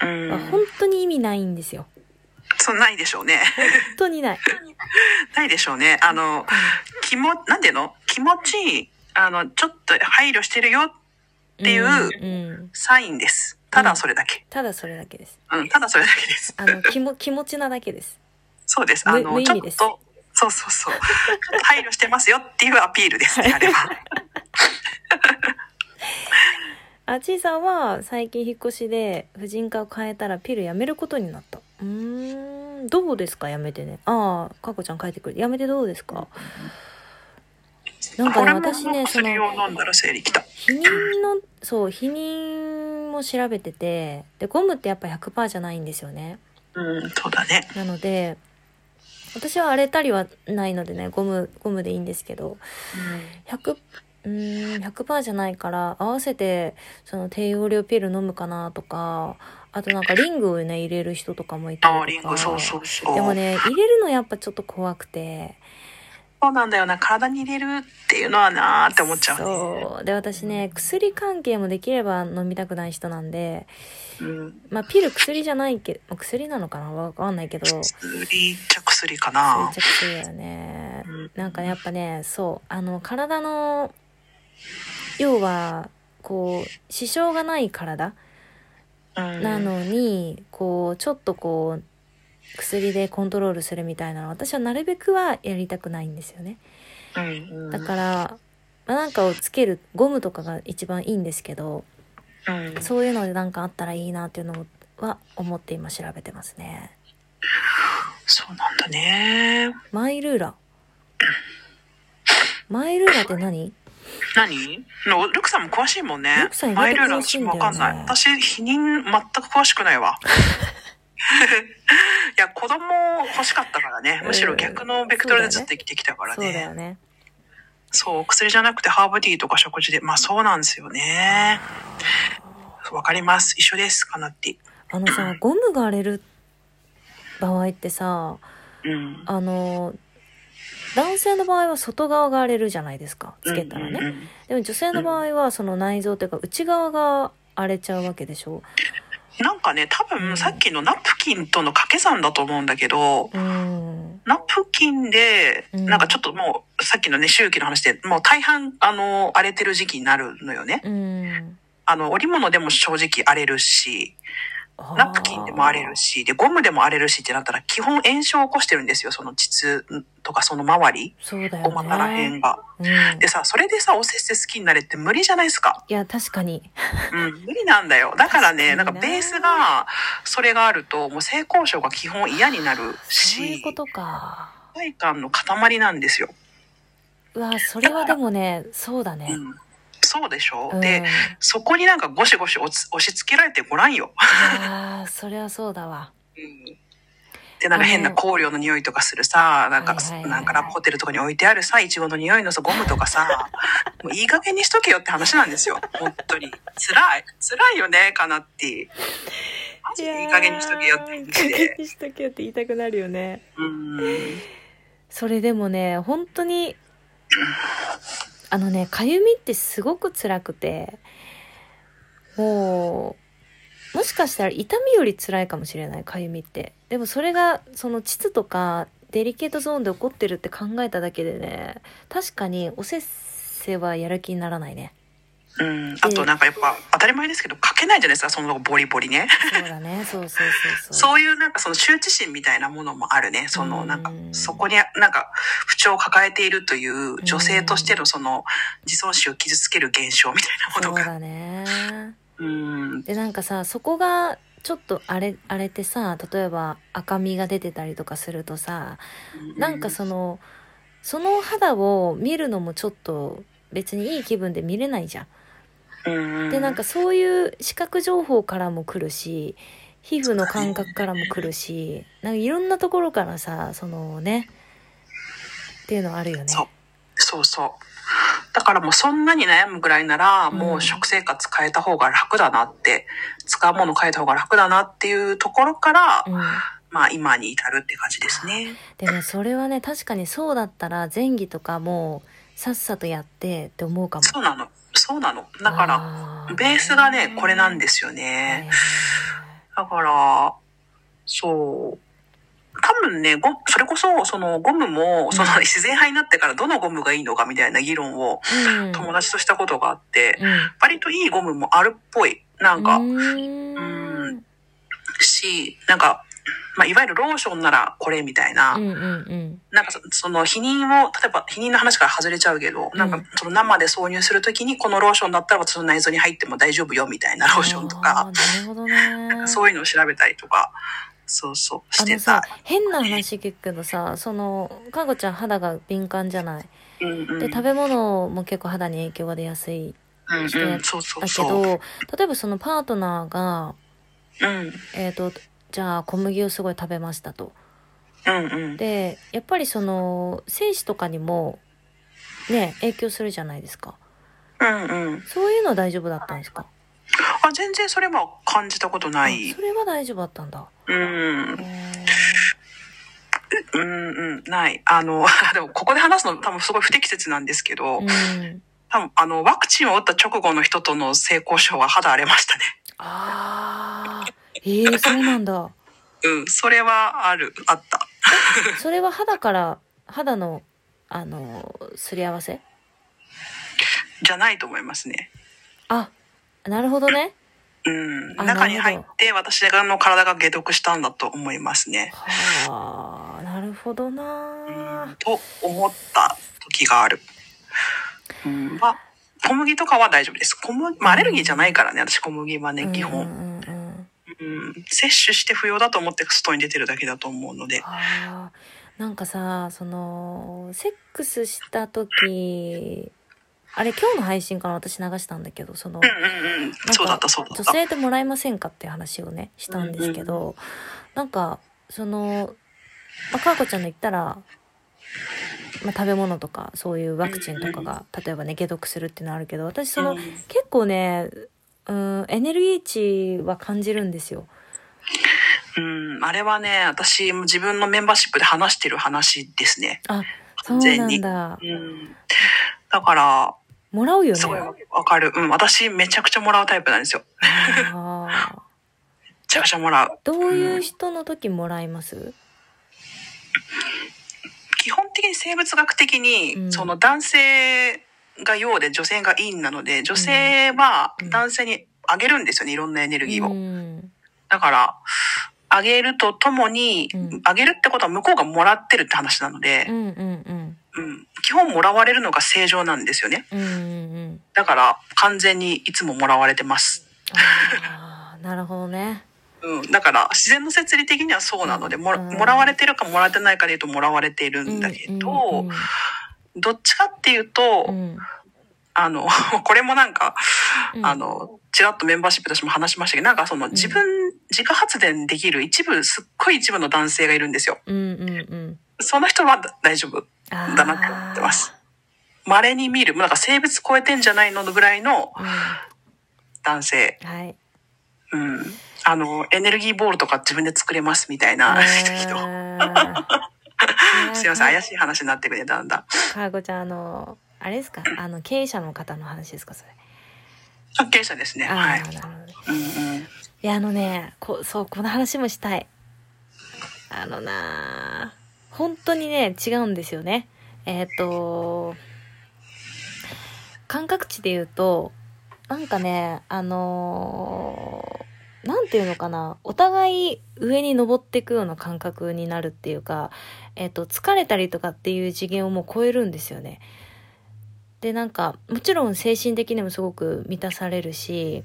Speaker 2: う
Speaker 1: は本
Speaker 2: ん。
Speaker 1: 当に意味ないんですよ。
Speaker 2: そう、ないでしょうね。
Speaker 1: 本当にない。
Speaker 2: ないでしょうね。あの、気も、なんていうの気持ちいい、あの、ちょっと配慮してるよ、ていうん
Speaker 1: うん
Speaker 2: サインです。ただそれだけ。
Speaker 1: ただそれだけです。
Speaker 2: うん、ただそれだけです。
Speaker 1: あの、気も、気持ちなだけです。
Speaker 2: そうです。
Speaker 1: む
Speaker 2: あ
Speaker 1: 無
Speaker 2: の、
Speaker 1: 意
Speaker 2: ちょ
Speaker 1: 味
Speaker 2: っ
Speaker 1: です
Speaker 2: と、そうそう そう。ちょっと配慮してますよっていうアピールですね、あれは。
Speaker 1: あちいさんは最近引っ越しで婦人科を変えたらピルやめることになった。うーん、どうですかやめてね。ああ、かこちゃん書いてくれて。やめてどうですかなんか
Speaker 2: こ
Speaker 1: ね、
Speaker 2: れも
Speaker 1: 私ね、その、
Speaker 2: 薬を飲んだら生理来た。
Speaker 1: 避妊のそう避妊も調べててでゴムってやっぱ100%じゃないんですよね
Speaker 2: うん、そうだね。
Speaker 1: なので私は荒れたりはないのでねゴムゴムでいいんですけど100うーん100%じゃないから合わせてその低用量ピル飲むかなとかあとなんかリングをね入れる人とかもいたりと
Speaker 2: ああ、
Speaker 1: か
Speaker 2: リンゴ、そうそうそう。
Speaker 1: でもね入れるのやっぱちょっと怖くて
Speaker 2: そうなんだよな。体に入れるっていうのはなーって思っちゃうね。
Speaker 1: そうで私ね薬関係もできれば飲みたくない人なんで
Speaker 2: うん。
Speaker 1: まあ、ピル薬じゃないけど、薬なのかなわかんないけど、そう
Speaker 2: 薬っちゃ薬か
Speaker 1: いう
Speaker 2: な
Speaker 1: 着。薬だよね。なんかねやっぱね、そう、あの、体の、要は、こう、支障がない体
Speaker 2: うん
Speaker 1: なのに、こう、ちょっとこう、薬でコントロールするみたいなの、私はなるべくはやりたくないんですよね。
Speaker 2: うん。
Speaker 1: だから、まあ、なんかをつける、ゴムとかが一番いいんですけど、
Speaker 2: うん
Speaker 1: そういうのでなんかあったらいいなっていうのは思って今調べてますね。
Speaker 2: そうなんだね。
Speaker 1: マイルーラ。マイルーラって何
Speaker 2: 何のルクさんも詳しいもんね。
Speaker 1: ルクさん意
Speaker 2: マ
Speaker 1: 外
Speaker 2: イ
Speaker 1: と
Speaker 2: ルール
Speaker 1: 詳しい
Speaker 2: 私
Speaker 1: んだ
Speaker 2: も
Speaker 1: よね
Speaker 2: わかんない。私、否認全く詳しくないわ。 いや、子供欲しかったからね。むしろ逆のベクトルでずっと生きてきたから
Speaker 1: そうだよ
Speaker 2: ね。
Speaker 1: ね。
Speaker 2: そう、薬じゃなくてハーブティーとか食事で。まあそうなんですよね。わかります。一緒です、カナッティ。
Speaker 1: あのさ、ゴムが荒れる場合ってさ、
Speaker 2: うん。
Speaker 1: あの、男性の場合は外側が荒れるじゃないですか。つけたら
Speaker 2: うんう
Speaker 1: ね。
Speaker 2: んうん
Speaker 1: でも女性の場合はその内臓というか内側が荒れちゃうわけでしょ。
Speaker 2: なんかね、多
Speaker 1: うん
Speaker 2: 分さっきのナプキンとの掛け算だと思うんだけど、
Speaker 1: うん。
Speaker 2: ナプキンで、
Speaker 1: うん
Speaker 2: なんかちょっともう、さっきのね、周期の話で、もう大半、あの、荒れてる時期になるのよね。
Speaker 1: うん。
Speaker 2: あの、織物でも正直荒れるし、ナプキンでも荒れるし、で、ゴムでも荒れるしってなったら、基本炎症を起こしてるんですよ、その膣とかその周り、
Speaker 1: そうだよ
Speaker 2: お
Speaker 1: ね。
Speaker 2: 股ら辺が。
Speaker 1: うん、
Speaker 2: でさ、それでさ、おせっせ好きになれって無理じゃないですか。
Speaker 1: いや、確かに。
Speaker 2: うん、無理なんだよ。だからね、な
Speaker 1: 確か
Speaker 2: んか
Speaker 1: にな
Speaker 2: ベースが、それがあると、もう性交渉が基本嫌になるし、
Speaker 1: そういうことか。
Speaker 2: 体感の塊なんですよ。
Speaker 1: うわ、それはでもね、そうだ
Speaker 2: う
Speaker 1: ね。
Speaker 2: ん。そうでしょ、
Speaker 1: うん、い
Speaker 2: で、そこになんかゴシゴシ押つ押し付けられてごらんよ。
Speaker 1: やーそれはそうだわ。
Speaker 2: で、なんか変
Speaker 1: あ
Speaker 2: な
Speaker 1: の
Speaker 2: 香料の匂いとかするさ、なんか、
Speaker 1: はいはいはい
Speaker 2: なんかラブホテルとかに置いてあるさ、イチゴの匂いのさ、ゴムと かさ、もういい加減にしとけよって話なんですよ。本当に。辛い。辛いよね、かなって。マジでいい加減にしとけよって
Speaker 1: い
Speaker 2: 感
Speaker 1: い
Speaker 2: じ
Speaker 1: 加
Speaker 2: で
Speaker 1: 減。にしとけよって言いたくなるよね。
Speaker 2: うん。
Speaker 1: それでもね、本当に、あのね、かゆみってすごく辛くて、もう、もしかしたら痛みより辛いかもしれない、かゆみって。でもそれが、その膣とか、デリケートゾーンで起こってるって考えただけでね、確かにおせっせはやる気にならないね。
Speaker 2: うん。あとなんかやっぱ、当たり前ですけど、書けないじゃないですか、そのボリボリね。
Speaker 1: そうだね、そうそうそうそう。
Speaker 2: そういうなんかその羞恥心みたいなものもあるね。そのなんか
Speaker 1: うん、
Speaker 2: そこになんか不調を抱えているという女性としてのその自尊心を傷つける現象みたいな
Speaker 1: そう
Speaker 2: ものが。
Speaker 1: だね。
Speaker 2: うん。
Speaker 1: でなんかさそこがちょっと荒れ荒れてさ例えば赤みが出てたりとかするとさなんかそのその肌を見るのもちょっと別にいい気分で見れないじゃ
Speaker 2: うん
Speaker 1: ん。でなんかそういう視覚情報からも来るし皮膚の感覚からも来るしなんかいろんなところからさそのねっていうのあるよね。
Speaker 2: そうそうそう。だからもうそんなに悩むぐらいなら、
Speaker 1: うん
Speaker 2: もう食生活変えた方が楽だなって、使うもの変えた方が楽だなっていうところから、
Speaker 1: うん
Speaker 2: まあ今に至るって感じですね。
Speaker 1: でもそれはね確かにそうだったら前儀とかもうさっさとやってって思うかも。
Speaker 2: そうなの。そうなの。だから、
Speaker 1: ら
Speaker 2: ベースがね、これなん
Speaker 1: で
Speaker 2: ですよね。
Speaker 1: ね。
Speaker 2: だから、そう。多分ね、ごそれこそ、そのゴムも、その
Speaker 1: うん
Speaker 2: 自然派になってからどのゴムがいいのかみたいな議論を
Speaker 1: うん
Speaker 2: 友達としたことがあって、
Speaker 1: う
Speaker 2: 割といいゴムもあるっぽい。なん
Speaker 1: ん。
Speaker 2: か
Speaker 1: う、ーん。
Speaker 2: し、なんか、まあ、いわゆるローションならこれみたいな、
Speaker 1: うんうん
Speaker 2: なんかそその否認を、例えば否認の話から外れちゃうけど、
Speaker 1: うん
Speaker 2: なんかその生で挿入するときにこのローションだったら私の内臓に入っても大丈夫よみたいなローションと
Speaker 1: あ
Speaker 2: か、
Speaker 1: ーなるほどね。
Speaker 2: そういうのを調べたりとか、そうそう、
Speaker 1: あ
Speaker 2: し
Speaker 1: の
Speaker 2: て
Speaker 1: さ
Speaker 2: た。、
Speaker 1: 変な話聞くけどさ、その、かごちゃん肌が敏感じゃない。
Speaker 2: うんうん
Speaker 1: で、食べ物も結構肌に影響が出やすい。
Speaker 2: うん
Speaker 1: して
Speaker 2: うん、そうそう
Speaker 1: だけ
Speaker 2: そう。
Speaker 1: ど、例えばそのパートナーが、
Speaker 2: うん、うん
Speaker 1: えっ、と、じゃあ小麦をすごい食べましたと。
Speaker 2: うん、
Speaker 1: で、やっぱりその、精子とかにも、ね、影響するじゃないですか。
Speaker 2: うんうん。
Speaker 1: そういうの大丈夫だったんですか
Speaker 2: あ、全然それは感じたことな
Speaker 1: あ
Speaker 2: い
Speaker 1: そ。れは大丈夫だったんだ。
Speaker 2: うん
Speaker 1: へ、ー
Speaker 2: うん、うん、ない。あの、 でもここで話すの多分すごい不適切なんですけど、
Speaker 1: うん、
Speaker 2: 多分あの、ワクチンを打った直後の人との性交渉は肌荒れましたね。
Speaker 1: ああ、ええー、そうなんだ。
Speaker 2: うん、それはある、あった。
Speaker 1: それは肌から、肌の、あの、すり合わせ
Speaker 2: じゃないと思いますね。
Speaker 1: あ、なるほどね。
Speaker 2: うん、
Speaker 1: あ
Speaker 2: 中に
Speaker 1: なる
Speaker 2: 入
Speaker 1: ほど
Speaker 2: って私の体が解毒したんだと思いますね。
Speaker 1: はあ、なるほど
Speaker 2: うん
Speaker 1: な。
Speaker 2: と思った時がある。うん、まあ、小麦とかは大丈夫です。小麦、まあ、アレルギーじゃないからね、私小麦はね、基
Speaker 1: うん
Speaker 2: 本。
Speaker 1: うんうん、
Speaker 2: うん、摂取して不要だと思って外に出てるだけだと思うので。
Speaker 1: ああ、なんかさ、その、セックスした時、あれ今日の配信から私流したんだけど、その、
Speaker 2: うんうんうん。そうだった、そうだ
Speaker 1: 女
Speaker 2: った。
Speaker 1: 性でもらえませんかっていう話をねしたんですけど、なんかその、まあ、かわこちゃんの言ったら、まあ、食べ物とかそういうワクチンとかが、例えばね解毒するっていうのあるけど私その、
Speaker 2: うん
Speaker 1: 結構ねうんエネルギー値は感じるんですよ。
Speaker 2: うん、あれはね、私も自分のメンバーシップで話してる話ですね。
Speaker 1: あそう
Speaker 2: 完全
Speaker 1: なん
Speaker 2: に。
Speaker 1: だ
Speaker 2: うん。だから、
Speaker 1: もらうよね
Speaker 2: す。ごいわかる。うん、私めちゃくちゃもらうタイプなんですよ。め
Speaker 1: あ ー
Speaker 2: ちゃくちゃもらう。
Speaker 1: どういう人の時もらいます、
Speaker 2: 基本的に生物学的に、
Speaker 1: うん
Speaker 2: その男性が陽で女性が陰なので、女性は
Speaker 1: うん
Speaker 2: 男性にあげるんですよね、いろんなエネルギーを。
Speaker 1: うん
Speaker 2: だから、あげるとともに
Speaker 1: うん、
Speaker 2: あ、げるってことは向こうがもらってるって話なので
Speaker 1: う、んうん
Speaker 2: うん、基本もらわれるのが正常なんですよね。
Speaker 1: うんうんうんうん
Speaker 2: だから、完全にいつももらわれてます。
Speaker 1: あーなるほどね
Speaker 2: うん、だから、自然の摂理的にはそうなので、もら
Speaker 1: うん
Speaker 2: もらわれてるかもらってないかで言うともらわれている
Speaker 1: うんん
Speaker 2: だけ
Speaker 1: うん
Speaker 2: ど、どっちかっていうと、
Speaker 1: うん
Speaker 2: あの、 これもなんか、
Speaker 1: うん
Speaker 2: あの、ちらっとメンバーシップとしても話しましたけど、なんかその自分、自家発電できる一部、すっごい一部の男性がいるんですよ。
Speaker 1: うんうんうん
Speaker 2: その人は大丈夫
Speaker 1: あー
Speaker 2: だなって思ってます。稀に見る、もうなんか性別超えてんじゃないのぐらいの
Speaker 1: うん
Speaker 2: 男性。
Speaker 1: はい
Speaker 2: うん。あの、エネルギーボールとか自分で作れますみたいな人。すいません、怪
Speaker 1: しい
Speaker 2: しい話になってくれたんだ。
Speaker 1: かわこちゃんあのあれですかあの経営者の方の話ですかそれ
Speaker 2: 関係者ですね。
Speaker 1: あー
Speaker 2: はい。
Speaker 1: なるほどね
Speaker 2: うんうん。
Speaker 1: いやあのねこそうこの話もしたいあのなー本当にね違うんですよねえっ、と感覚値で言うとなんかねあのーなんていうのかなお互い上に登っていくような感覚になるっていうか、えっと疲れたりとかっていう次元をもう超えるんですよね。でなんかもちろん精神的にもすごく満たされるし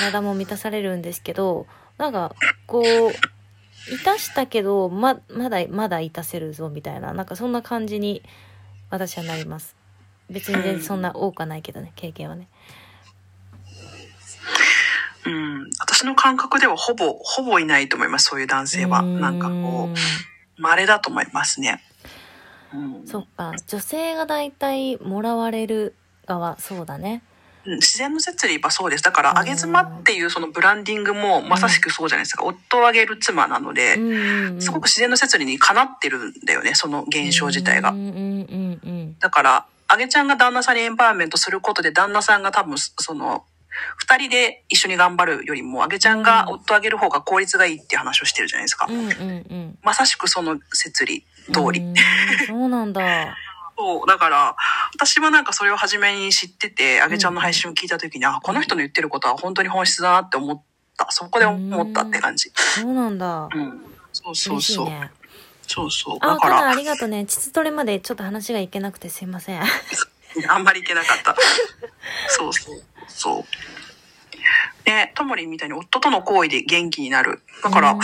Speaker 1: 体も満たされるんですけどなんかこういたしたけどままだまだいたせるぞみたいななんかそんな感じに私はなります別に全然そんな多くはないけどね経験はね
Speaker 2: うん、私の感覚ではほぼ、ほぼいないと思います、そういう男性は。なんかこ
Speaker 1: う
Speaker 2: う、稀だと思いますね。うん
Speaker 1: んそっか女性が大体もらわれる側そうだね
Speaker 2: うん自然の摂理はそうです。だから、
Speaker 1: うん
Speaker 2: あげ妻っていうそのブランディングもまさしくそうじゃないですか。夫をあげる妻なの
Speaker 1: う
Speaker 2: で、
Speaker 1: んうんうん
Speaker 2: すごく自然の摂理にかなってるんだよね、その現象自体
Speaker 1: う
Speaker 2: が。
Speaker 1: んうんうんうん
Speaker 2: だから、あげちゃんが旦那さんにエンパワーメントすることで、旦那さんが多分、その、二人で一緒に頑張るよりも、あげちゃんが夫をあげる方が効率がいいっていう話をしてるじゃないですか
Speaker 1: う。んうんうん
Speaker 2: まさしくその摂理通り。
Speaker 1: うんそうなんだ
Speaker 2: そう、だから、私はなんかそれを初めに知ってて、あげちゃんの配信を聞いた時に、あ、この人の言ってることは本当に本質だなって思った。そこで思ったって感じ。
Speaker 1: そうなんだ
Speaker 2: うん。そうそう
Speaker 1: 嬉しい
Speaker 2: そう。
Speaker 1: ね
Speaker 2: そうそう。
Speaker 1: あ、
Speaker 2: だ
Speaker 1: か
Speaker 2: か
Speaker 1: なあ
Speaker 2: ら、
Speaker 1: りがとうね。膣トレまでちょっと話がいけなくてすいません。
Speaker 2: あんまりいけなか った。そうそう。そう。ね、ともりんみたいに夫との行為で元気になる。だから、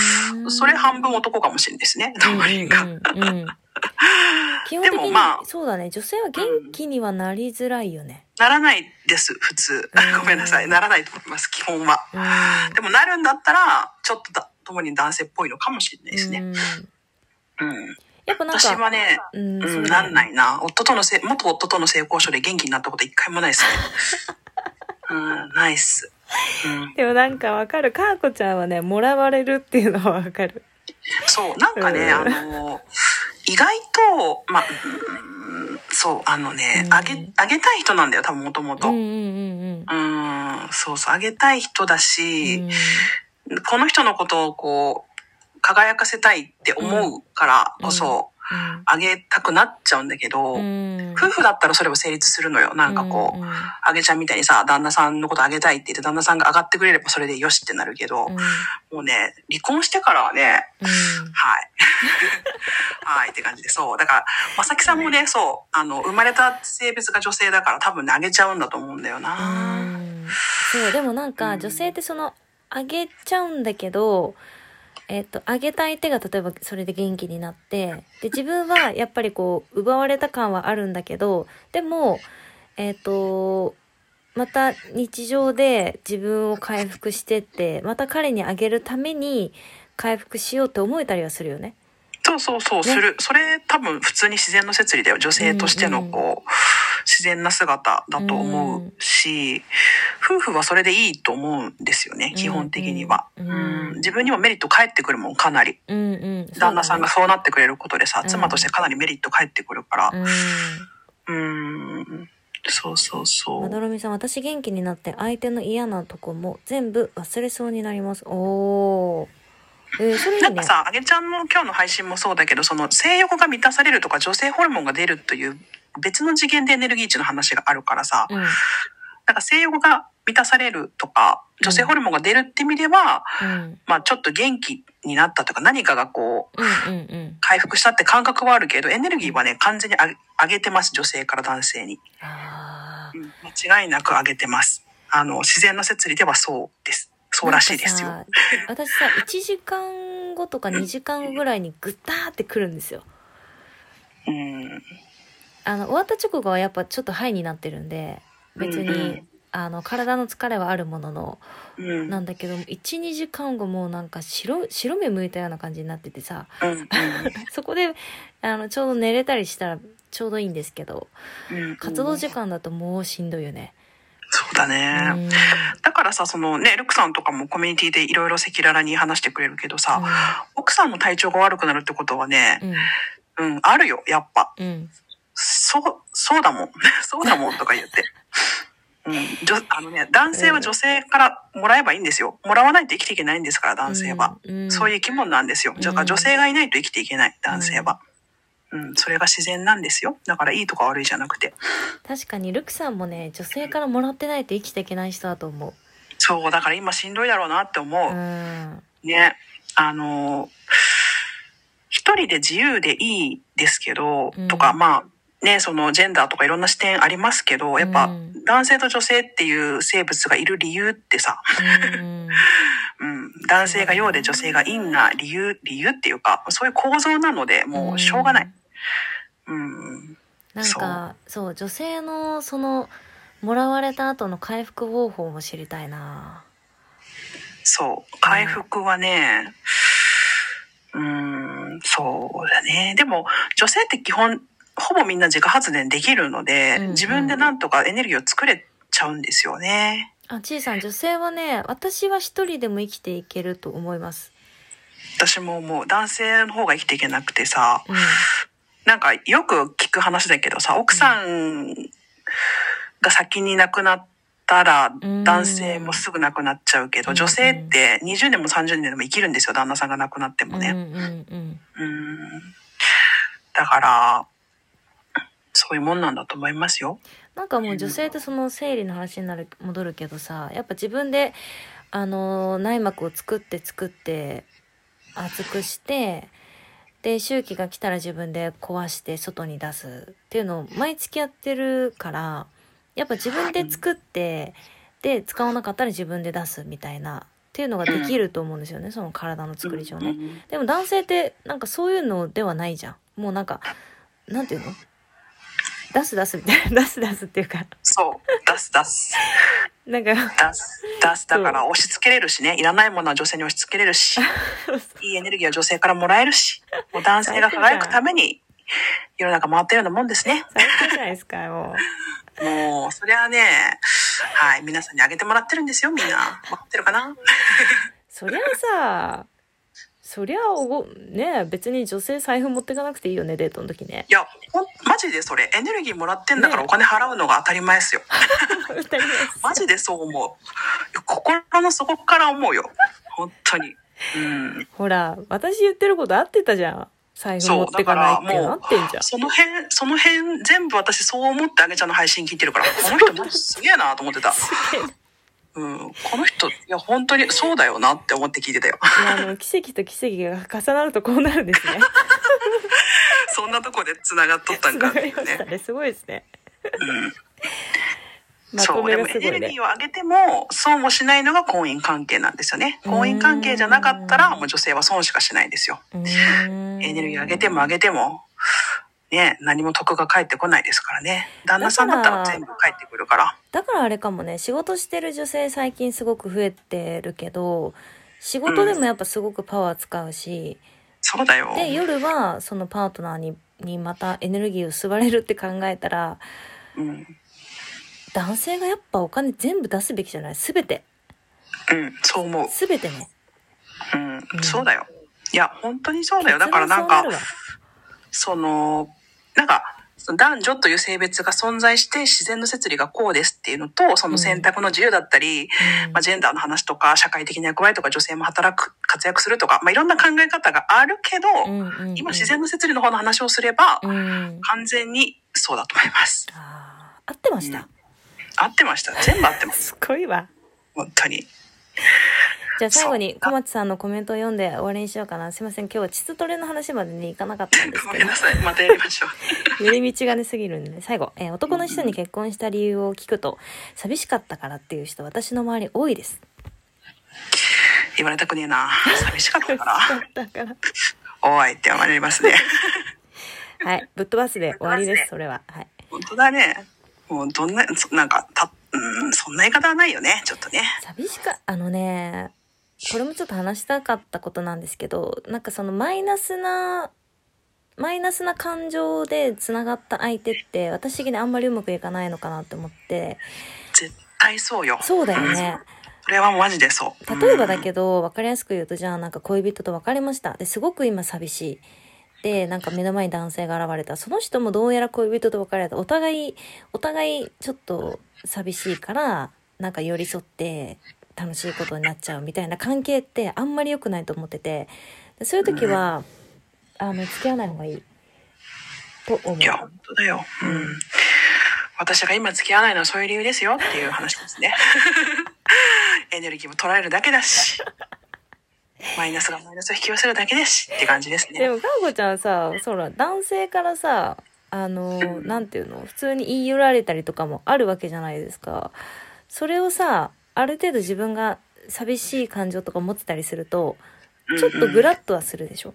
Speaker 2: それ半分男かもしれないですね。ともりんが。
Speaker 1: うん うんうんうん基本
Speaker 2: で
Speaker 1: 的
Speaker 2: も
Speaker 1: に、
Speaker 2: まあ
Speaker 1: そうだね。女性は元気にはなりづらいよね。
Speaker 2: ならないです、普通
Speaker 1: う。ん
Speaker 2: ごめんなさい。ならないと思います、基本は。
Speaker 1: うん。
Speaker 2: でもなるんだったら、ちょっとだ、ともに男性っぽいのかもしれないです
Speaker 1: う
Speaker 2: ね。
Speaker 1: ん
Speaker 2: うん。
Speaker 1: やっぱなん
Speaker 2: 私
Speaker 1: か、
Speaker 2: はね、
Speaker 1: うん
Speaker 2: う
Speaker 1: そ
Speaker 2: ん、
Speaker 1: うだ
Speaker 2: な
Speaker 1: ね
Speaker 2: んないな。夫とのせい、元夫との性交渉で元気になったこと一回もない ですね。うん、ないっす。う ん。
Speaker 1: でもなんかわかる。かーこちゃんはね、もらわれるっていうのはわかる。
Speaker 2: そう、なんか
Speaker 1: うん
Speaker 2: ね、あの、意外と、まあ、うんそう、あのね
Speaker 1: う、ん
Speaker 2: あげ、あげたい人なんだよ、多分もとも
Speaker 1: う
Speaker 2: と。
Speaker 1: んう
Speaker 2: う
Speaker 1: ん
Speaker 2: ん、
Speaker 1: うん
Speaker 2: そうそう、あげたい人だ
Speaker 1: うん。
Speaker 2: し
Speaker 1: うん、
Speaker 2: この人のことをこう、輝かせたいって思うからこそ、あげたくなっちゃうんだけど、
Speaker 1: うん。
Speaker 2: 夫婦だったらそれも成立するのよ。なんかこう、
Speaker 1: うんうん
Speaker 2: あげちゃんみたいにさ、旦那さんのことあげたいって言って、旦那さんが上がってくれればそれでよしってなるけど、
Speaker 1: うん
Speaker 2: もうね、離婚してからはね、はい。 はいって感じで、そう。だから、まさきさんもね、そう、あの、生まれた性別が女性だから多分ね、あげちゃうんだと思うんだよ
Speaker 1: う
Speaker 2: な。
Speaker 1: んそうでもなん
Speaker 2: う
Speaker 1: か
Speaker 2: ん
Speaker 1: 女性ってそのあげちゃうんだけど、えっとあげた相手が例えばそれで元気になってで自分はやっぱりこう奪われた感はあるんだけどでもえっ、とまた日常で自分を回復してってまた彼にあげるために回復しようって思えたりはするよね。
Speaker 2: そうそうそう、する。それ多分普通に自然の摂理だよ。女性としてのこう、自然な姿だと思うし、夫婦はそれでいいと思うんですよね、基本的には。
Speaker 1: うん
Speaker 2: うん自分にもメリット返ってくるもん、かなり。
Speaker 1: うんうん、
Speaker 2: 旦那さんが
Speaker 1: そ
Speaker 2: そうなってくれることでさ
Speaker 1: う、ん
Speaker 2: 妻としてかなりメリット返ってくるから
Speaker 1: うだ。ね。うん
Speaker 2: うーん。そうそうそ
Speaker 1: まど
Speaker 2: う。
Speaker 1: ろみさん、私元気になって相手の嫌なとこも全部忘れそうになります。おー。えー、それいい
Speaker 2: な
Speaker 1: ね。
Speaker 2: んかさ、あげちゃんの今日の配信もそうだけど、その性欲が満たされるとか女性ホルモンが出るという別の次元でエネルギー値の話があるからさ、
Speaker 1: うん、
Speaker 2: なんか性欲が満たされるとか、女性ホルモンが出るって意味では、
Speaker 1: うん
Speaker 2: まあちょっと元気になったとか、何かがこう、
Speaker 1: うんうんうん
Speaker 2: 回復したって感覚はあるけど、エネルギーはね、完全に上げ上げてます。女性から男性に。
Speaker 1: あー
Speaker 2: うん間違いなく上げてます。あの、自然の摂理ではそうです。そうらしいですよ。
Speaker 1: なんかさ私さ1時間後とか2時間後ぐらいにグッターってくるんですよ
Speaker 2: うん。
Speaker 1: あの終わった直後はやっぱちょっとハイになってるんで別に、
Speaker 2: うんうん
Speaker 1: あの体の疲れはあるものの
Speaker 2: うん。
Speaker 1: なんだけど12時間後もうなんか白白目向いたような感じになっててさ
Speaker 2: うん。
Speaker 1: そこであのちょうど寝れたりしたらちょうどいいんですけど
Speaker 2: うん。
Speaker 1: 活動時間だともうしんどいよね。
Speaker 2: そうだ
Speaker 1: う
Speaker 2: ね。
Speaker 1: ん
Speaker 2: だからさ、そのね、ルクさんとかもコミュニティでいろいろ赤裸々に話してくれるけどさ、奥さんの体調が悪くなるってことはね、
Speaker 1: うん
Speaker 2: うん、あるよ、やっぱ。
Speaker 1: うん
Speaker 2: そう、そうだもん。 そうだもんとか言って。うん、女あのね、男性は女性からもらえばいいんですよ。もらわないと生きていけないんですから、男性は。、
Speaker 1: うん
Speaker 2: そういう生き物なんですよ。だか
Speaker 1: う
Speaker 2: ら
Speaker 1: ん
Speaker 2: 女性がいないと生きていけない、男性は。うん、それが自然なんですよ。だからいいとか悪いじゃなくて。
Speaker 1: 確かにルクさんもね女性からもらってないと生きていけない人だと思う。
Speaker 2: そう、だから今しんどいだろうなって思う。
Speaker 1: うん
Speaker 2: ね、あのー、一人で自由でいいですけど、
Speaker 1: うん
Speaker 2: とか、まあ、ね、そのジェンダーとかいろんな視点ありますけど、やっぱ、
Speaker 1: うん
Speaker 2: 男性と女性っていう生物がいる理由ってさ、
Speaker 1: うん
Speaker 2: うん、男性が陽で女性が陰な理由、理由っていうか、そういう構造なので、もうしょうがない。うん、
Speaker 1: なんかそう女性のそのもらわれた後の回復方法も知りたいな
Speaker 2: そう。回復はね、うん、そうだね。でも、女性って基本、ほぼみんな自家発電できるので、
Speaker 1: うんうん
Speaker 2: 自分でなんとかエネルギーを作れちゃうんですよね。
Speaker 1: あちいさん女性はね私は一人でも生きていけると思います、
Speaker 2: 私ももう男性の方が生きていけなくてさ、
Speaker 1: うん、
Speaker 2: なんかよく聞く話だけどさ、奥さんが先に亡くなったら、
Speaker 1: うん
Speaker 2: 男性もすぐ亡くなっちゃうけど、
Speaker 1: うん
Speaker 2: 女性って20年も30年でも生きるんですよ、旦那さんが亡くなってもね。
Speaker 1: うんうんうん
Speaker 2: うんだから、そういうもんなんだと思いますよ。
Speaker 1: なんかもう女性ってその生理の話になる戻るけどさやっぱ自分であの内膜を作って作って厚くしてで周期が来たら自分で壊して外に出すっていうのを毎月やってるからやっぱ自分で作ってで使わなかったら自分で出すみたいなっていうのができると思うんですよねその体の作り上ね。でも男性ってなんかそういうのではないじゃん。もうなんか、なんていうの出す出すみたいな、出 す出すっていうか、
Speaker 2: そう。出す出す。
Speaker 1: なんか、
Speaker 2: 出す。出す。だから押し付けれるしね。いらないものは女性に押し付けれ るし、いいエネルギーは女性からもらえるし、もう男性が輝くために世の中回ってるようなもんですね。
Speaker 1: 最高じゃないですか、も
Speaker 2: もう、そりゃね、はい。皆さんにあげてもらってるんですよ、みんな。 わかってるかな
Speaker 1: う。そりゃあさ、そりゃあおご、ねえ別に女性財布持ってかなくていいよね、デートの時ね。
Speaker 2: いや、ほん、マジでそれ。エネルギーもらってんだからお金払うのが当たり前ですよ。
Speaker 1: 二人で
Speaker 2: マジでそう思ういや。心の底から思うよ。本当に。うん。
Speaker 1: ほら、私言ってること合ってたじゃん。財布持
Speaker 2: そ
Speaker 1: っ
Speaker 2: う、
Speaker 1: て
Speaker 2: だ
Speaker 1: か
Speaker 2: か
Speaker 1: ない
Speaker 2: ら
Speaker 1: ってな
Speaker 2: も
Speaker 1: ってんじゃ
Speaker 2: う、その辺、その辺、全部私そう思ってあげちゃんの配信聞いてるから、この人マジすげえなと思ってた。うん、この人、いや、本当にそうだよなって思って聞いてたよ。
Speaker 1: ん。いや、あの、奇跡と奇跡が重なるとこうなるんですね。
Speaker 2: そんなとこで繋がっとった
Speaker 1: つ
Speaker 2: んか
Speaker 1: な
Speaker 2: って
Speaker 1: がり
Speaker 2: いう
Speaker 1: ました
Speaker 2: ね。
Speaker 1: ね。すごいですね。ま
Speaker 2: そ
Speaker 1: と
Speaker 2: う、
Speaker 1: め
Speaker 2: でも
Speaker 1: が
Speaker 2: エ
Speaker 1: すご
Speaker 2: ネ
Speaker 1: い
Speaker 2: ル
Speaker 1: ね
Speaker 2: ギ。ーを上げても、損もしないのが婚姻関係なんですよね。婚姻関係じゃなかったら、もう女性は損しかしないですよ。エ
Speaker 1: エ
Speaker 2: ネルギー上げても上げても、ね、何も得が返ってこないですからね。旦那さんだったら全部返ってくるから。
Speaker 1: だからあれかもね仕事してる女性最近すごく増えてるけど仕事でもやっぱすごくパワー使うし、
Speaker 2: そうだよ。
Speaker 1: で夜はそのパートナーににまたエネルギーを吸われるって考えたら
Speaker 2: うん。うん、
Speaker 1: 男性がやっぱお金全部出すべきじゃない全て
Speaker 2: そう思う。
Speaker 1: 全てね
Speaker 2: うん、
Speaker 1: ん
Speaker 2: そうだよ。いや、本当にそうだよ。だ
Speaker 1: 結
Speaker 2: から
Speaker 1: 論
Speaker 2: なん
Speaker 1: そう
Speaker 2: か
Speaker 1: る、わ
Speaker 2: その、なんか、その男女という性別が存在して自然の摂理がこうですっていうのと、その選択の自由だったり、
Speaker 1: うん
Speaker 2: まあ、ジェンダーの話とか、社会的な役割とか、女性も働く、活躍するとか、まあ、いろんな考え方があるけど、
Speaker 1: うんうんうん
Speaker 2: 今自然の摂理の方の話をすれば、
Speaker 1: うん
Speaker 2: 完全にそうだと思います。
Speaker 1: あー合ってました、
Speaker 2: 合ってました。全部合ってます。
Speaker 1: すごいわ。
Speaker 2: 本当に。
Speaker 1: じゃあ最後に小町さんのコメントを読んで終わりにしようかな。すいません、今日は地図トレの話までに行かなかったんです
Speaker 2: ご
Speaker 1: け
Speaker 2: めん
Speaker 1: ど
Speaker 2: な。さい。またやりましょう。
Speaker 1: 寄り道がねすぎるんでね最後、えー男の人に結婚した理由を聞くと寂しかったからっていう人私の周り多いです
Speaker 2: 言われたくねえな。寂しかったから。
Speaker 1: だから
Speaker 2: おいって思われますね。
Speaker 1: はいぶっ飛ばすで終わりですそれははい
Speaker 2: 本当だね。もうどんな、そなんか、た、うん、そんな言い方はないよね。ちょっとね。
Speaker 1: 寂しかあのねこれもちょっと話したかったことなんですけどなんかそのマイナスなマイナスな感情でつながった相手って私的にあんまりうまくいかないのかなって思って
Speaker 2: 絶対そうよ。
Speaker 1: そうだよね
Speaker 2: うん。それはマジでそう。
Speaker 1: 例えばだ
Speaker 2: ど。
Speaker 1: けど、分かりやすく言うとじゃあなんか恋人と別れましたですごく今寂しいでなんか目の前に男性が現れたその人もどうやら恋人と別れたお互いお互いちょっと寂しいからなんか寄り添って楽しいことになっちゃうみたいな関係ってあんまり良くないと思っててでそういう時は、あの付き合わない方がいいと思う
Speaker 2: いや、本当だよ。うん。私が今付き合わないのはそういう理由ですよっていう話ですね。 エネルギーも取られるだけだし。 マイナスがマイナスを引き寄せるだけですしって感じです
Speaker 1: で
Speaker 2: ね。
Speaker 1: もかんこちゃんさそら男性からさあのなんていうの普通に言い寄られたりとかもあるわけじゃないですかそれをさある程度自分が寂しい感情とか持ってたりするとちょっと
Speaker 2: うんうん
Speaker 1: グラッとはするでしょ、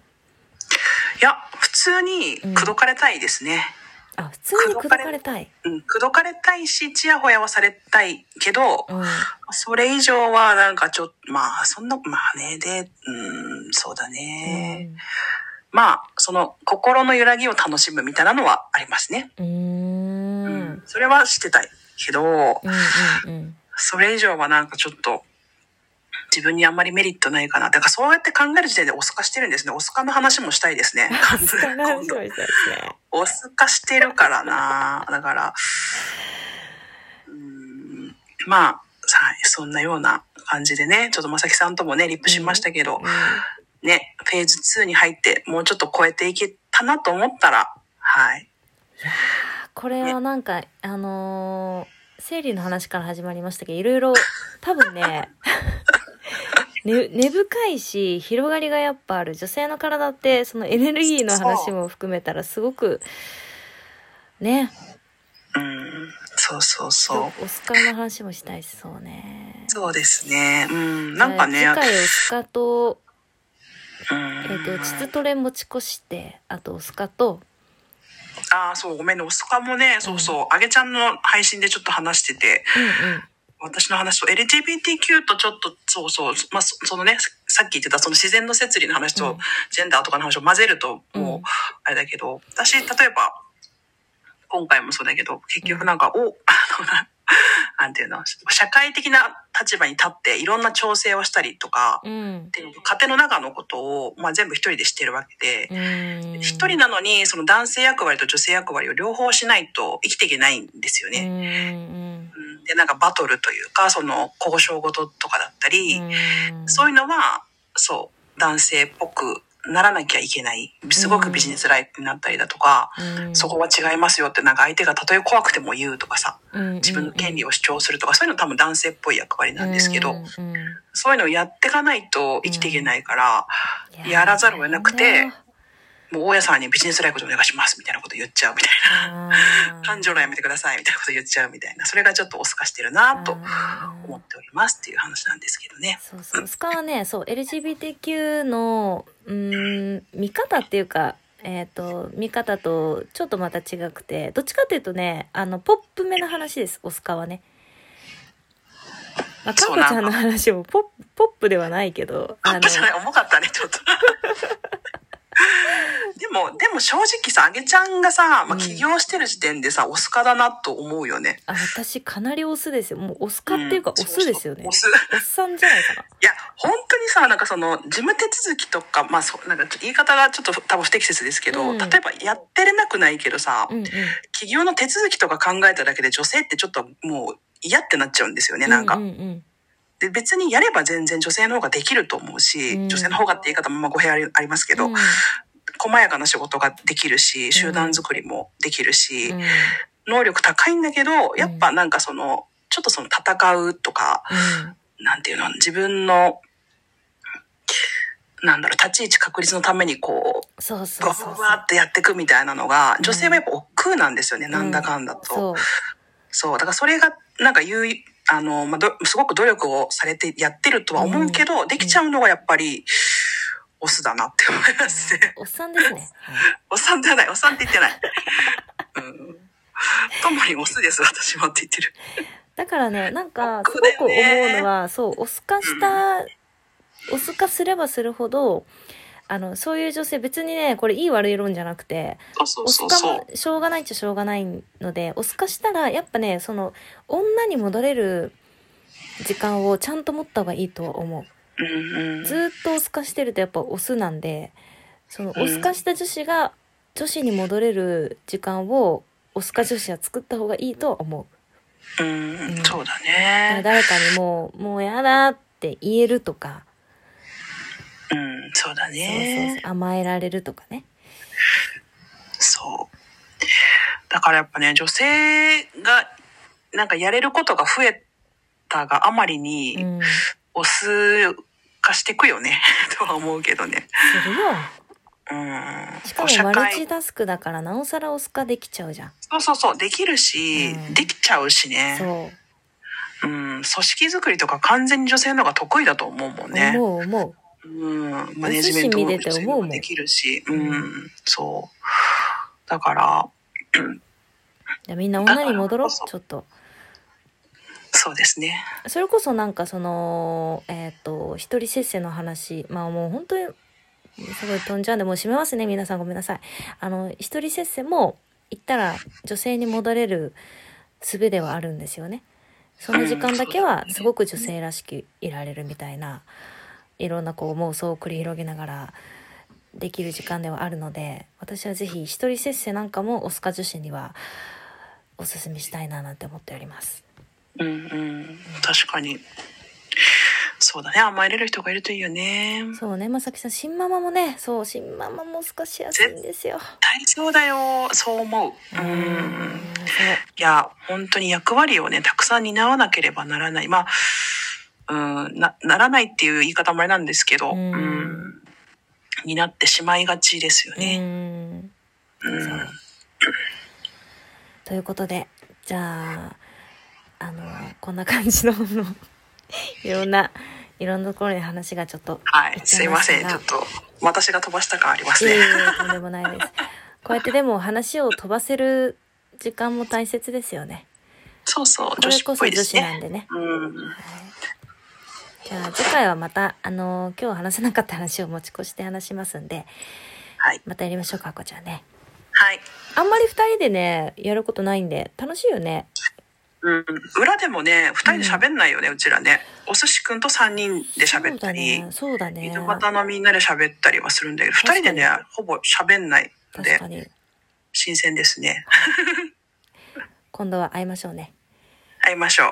Speaker 2: いや、普通に口説かれたいですね。
Speaker 1: あ普通に口説かれたい、
Speaker 2: うん、口説かれたいし、ちやほやはされたいけど、
Speaker 1: うん、
Speaker 2: それ以上はなんかちょっと、まあ、そんな、まあね、で、うん、そうだね。まあ、その、心の揺らぎを楽しむみたいなのはありますね。
Speaker 1: うんうんう
Speaker 2: うんん。それはしてたいけど、
Speaker 1: うんうん
Speaker 2: それ以上はなんかちょっと、自分にあんまりメリットないかな。だからそうやって考える時点でオス化してるんですね。オス化の話もしたいで すね。
Speaker 1: そうなん
Speaker 2: 今
Speaker 1: です
Speaker 2: 度
Speaker 1: ね
Speaker 2: オス化してるからな。だから、うーん、まあ、さそんなような感じでね、ちょっとまさきさんともね、リップしましたけど、ね、フェーズ2に入って、もうちょっと超えていけたなと思ったら、はい。
Speaker 1: これはなんかあのー生理の話から始まりましたけどいろいろ多分ね ね根深いし広がりがやっぱある女性の体ってそのエネルギーの話も含めたらすごくね
Speaker 2: うん、そうそう
Speaker 1: お
Speaker 2: そう。
Speaker 1: スカの話もしたいしそうね
Speaker 2: そうですね。うん、なんかね、
Speaker 1: 次回オスカと
Speaker 2: うん
Speaker 1: えっ、とチツトレ持ち越してあとオスカと
Speaker 2: ああ、そう、ごめんね。オスカもね、そうそう、あげちゃんの配信でちょっと話してて、私の話と LGBTQ とちょっと、そうそう、まあ、そそのね、ささっき言ってたその自然の摂理の話
Speaker 1: うん
Speaker 2: と、ジェンダーとかの話を混ぜると、もう、
Speaker 1: うん
Speaker 2: あれだけど、私、例えば、今回もそうだけど、結局なんか、お、あの、ななんていうの、社会的な立場に立って、いろんな調整をしたりとか、
Speaker 1: うんうん
Speaker 2: っていう家庭の中のことを、まあ、全部一人でしてるわけで、
Speaker 1: うん
Speaker 2: 一人なのに、その男性役割と女性役割を両方しないと生きていけないんですよね。
Speaker 1: ね
Speaker 2: うんで、なんかバトルというか、その交渉事とかだったり、そういうのは、そう、男性っぽくならなきゃいけない。すごくビジネスライフになったりだとか、そこは違いますよって、なんか相手がたとえ怖くても言うとかさ、自分の権利を主張するとか、そういうの多分男性っぽい役割なんですけど、
Speaker 1: うんうん
Speaker 2: そういうのをやっていかないと生きていけないから、
Speaker 1: い
Speaker 2: やらざるを得なく てもう大家さんにビジネスライフでお願いしますみたいなこと言っちゃうみたいな。感情欄やめてくださいみたいなこと言っちゃうみたいなそれがちょっとオス化してるなと思っておりますっていう話なんですけどね。
Speaker 1: そうそうスカはねそう LGBTQ のうーん見方っていうかえっ、と見方とちょっとまた違くてどっちかっていうとねあのポップめの話ですオスカはね。まあ、か
Speaker 2: そ
Speaker 1: んこ
Speaker 2: うなん
Speaker 1: ち
Speaker 2: だ
Speaker 1: ゃんの話もポップポップではないけど
Speaker 2: あ
Speaker 1: の
Speaker 2: ったじゃない重かったねちょっと。 でもでも正直さあげちゃんがさ、
Speaker 1: う
Speaker 2: まあ、
Speaker 1: ん
Speaker 2: 起業してる時点でさ、オス化だなと思うよね。
Speaker 1: あ私かなりオスですよもうオスカっていうか
Speaker 2: ん
Speaker 1: オスですよね、お
Speaker 2: そう
Speaker 1: っ
Speaker 2: そうオス
Speaker 1: さんじゃないかない
Speaker 2: や、本当にさ、なんかその、事務手続きとか、まあそう、なんか言い方がちょっと多分不適切ですけど、
Speaker 1: うん
Speaker 2: 例えばやってれなくないけどさ、
Speaker 1: うんうん
Speaker 2: 企業の手続きとか考えただけで女性ってちょっともう嫌ってなっちゃうんですよね、なんか。
Speaker 1: うんうん
Speaker 2: で、別にやれば全然女性の方ができると思うし、
Speaker 1: うん
Speaker 2: 女性の方がって言い方もまあ語弊ありありますけ
Speaker 1: う
Speaker 2: ど、
Speaker 1: ん
Speaker 2: 細やかな仕事ができるし、集団作りもできるし、
Speaker 1: うん
Speaker 2: 能力高いんだけど、やっぱなんかその、ちょっとその戦うとか、なんていうの、自分の、なんだろう、立ち位置確立のためにこう、
Speaker 1: そうそ
Speaker 2: バ
Speaker 1: うそう
Speaker 2: バ
Speaker 1: そ
Speaker 2: バ
Speaker 1: う
Speaker 2: ってやっていくみたいなのが、
Speaker 1: ん
Speaker 2: 女性はやっぱ億劫なんですよね、なんだかんだと。
Speaker 1: そう
Speaker 2: そう、だからそれが、なんか言う、あの、まあど、すごく努力をされてやってるとは思うけど、できちゃうのがやっぱり、オスだなって思いますね。
Speaker 1: おっさんですね、
Speaker 2: おっさんじゃない、おっさんって言ってない。うん。ともにオスです、私もって言ってる。
Speaker 1: だから ねなんかす
Speaker 2: 奥
Speaker 1: ご
Speaker 2: だ
Speaker 1: く
Speaker 2: よ
Speaker 1: 思
Speaker 2: ね
Speaker 1: うのはそうオス化した、オス化すればするほどあのそういう女性別にねこれいい悪い論じゃなくて
Speaker 2: そうそう
Speaker 1: オス
Speaker 2: そう
Speaker 1: 化
Speaker 2: そう
Speaker 1: も。しょうがないっちゃしょうがないのでオス化したらやっぱねその女に戻れる時間をちゃんと持った方がいいとは思
Speaker 2: うんうん
Speaker 1: うずーっとオス化してるとやっぱオスなんでそのオス化した女子が女子に戻れる時間をオス化女子は作った方がいいとは思う
Speaker 2: うん
Speaker 1: う
Speaker 2: うんん、そう
Speaker 1: だか
Speaker 2: だ
Speaker 1: ら
Speaker 2: ね。
Speaker 1: 誰かにもう「もうやだ」って言えるとか、
Speaker 2: うん、そうだ
Speaker 1: そうそう
Speaker 2: ね。
Speaker 1: そう甘えられるとかね
Speaker 2: そう。だからやっぱね、女性が、なんかやれることが増えたがあまりに、
Speaker 1: うん
Speaker 2: オス化していくよね とは思うけどね。
Speaker 1: するよ
Speaker 2: うん。
Speaker 1: しかも
Speaker 2: 社
Speaker 1: マルチ
Speaker 2: 会
Speaker 1: タスクだからなおさらオス化できちゃうじゃん
Speaker 2: そうそうそうできるし、
Speaker 1: うん
Speaker 2: できちゃうしね。
Speaker 1: そう
Speaker 2: うん。組織づくりとか完全に女性の方が得意だと思うもんね。
Speaker 1: 思う思う
Speaker 2: うん。マネジメントも女性の方ができるし、
Speaker 1: う
Speaker 2: うんん。そう。だから
Speaker 1: じゃあみんな女に戻ろう
Speaker 2: だからこそ
Speaker 1: ちょっと
Speaker 2: そうですね。
Speaker 1: それこそなんかそのえっ、と一人せっせの話まあもう本当にすごい飛んじゃうんでもう閉めますね皆さんごめんなさいあの一人せっせも言ったら女性に戻れる術ではあるんですよねその時間だけは
Speaker 2: うん
Speaker 1: すごく女性らしくいられるみたいないろんなこう妄想を繰り広げながらできる時間ではあるので私はぜひ一人せっせなんかもオスカ女子にはおすすめしたいななんて思っております
Speaker 2: うんうん。確かに。そうだね。甘えれる人がいるといいよね。
Speaker 1: そうね、まさきさん、新ママもね、そう、新ママも少し安いんですよ。
Speaker 2: 大そうだよ。そう思う。
Speaker 1: う
Speaker 2: うん
Speaker 1: ん。
Speaker 2: いや、本当に役割をね、たくさん担わなければならない。まあ、うん、な、ならないっていう言い方もあれなんですけど、
Speaker 1: う
Speaker 2: うんん、になってしまいがちですよ
Speaker 1: そう。う
Speaker 2: ね。
Speaker 1: ん。
Speaker 2: うん。
Speaker 1: そうということで、じゃあ、あの、こんな感じの、あのいろんな、いろんなところで話がちょっと、
Speaker 2: はい、すいませ
Speaker 1: いっ
Speaker 2: ん。
Speaker 1: ち
Speaker 2: ち
Speaker 1: ゃ
Speaker 2: ょ
Speaker 1: いま
Speaker 2: っ
Speaker 1: した
Speaker 2: と、私が飛ばした感あります
Speaker 1: いえい
Speaker 2: ね。
Speaker 1: え、とんでもないです。こうやってでも話を飛ばせる時間も大切ですよね。
Speaker 2: そうそう、
Speaker 1: こ
Speaker 2: 女
Speaker 1: れ
Speaker 2: 子
Speaker 1: こ
Speaker 2: っ
Speaker 1: そ
Speaker 2: ぽいで
Speaker 1: 女
Speaker 2: す
Speaker 1: 子な
Speaker 2: ね。
Speaker 1: んでね。
Speaker 2: うん。
Speaker 1: じゃあ次回はまた、あの、今日話せなかった話を持ち越して話しますんで、
Speaker 2: はい。
Speaker 1: またやりましょうか、あこちゃんね。
Speaker 2: はい。
Speaker 1: あんまり二人でね、やることないんで、楽しいよね。
Speaker 2: うん、裏でもね、二人で喋んないよね、うちらね。お寿司くんと三人で喋ったり、
Speaker 1: そうだね。
Speaker 2: 井
Speaker 1: そ
Speaker 2: 戸
Speaker 1: うだね。
Speaker 2: 端のみんなで喋ったりはするんだけど、二人でね、ほぼ喋んないの
Speaker 1: 確
Speaker 2: で
Speaker 1: か、に。
Speaker 2: 新鮮ですね。
Speaker 1: 今度は会いましょうね。
Speaker 2: 会いましょう。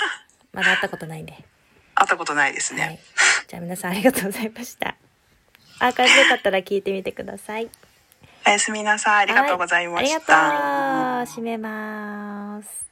Speaker 1: まだ会ったことないんで。
Speaker 2: 会ったことないですね。
Speaker 1: はい。じゃあ皆さんありがとうございました。アーカイブよかったら聞いてみてください。
Speaker 2: おやすみなさい。ありがとうございました。
Speaker 1: はいありがとう。閉めます。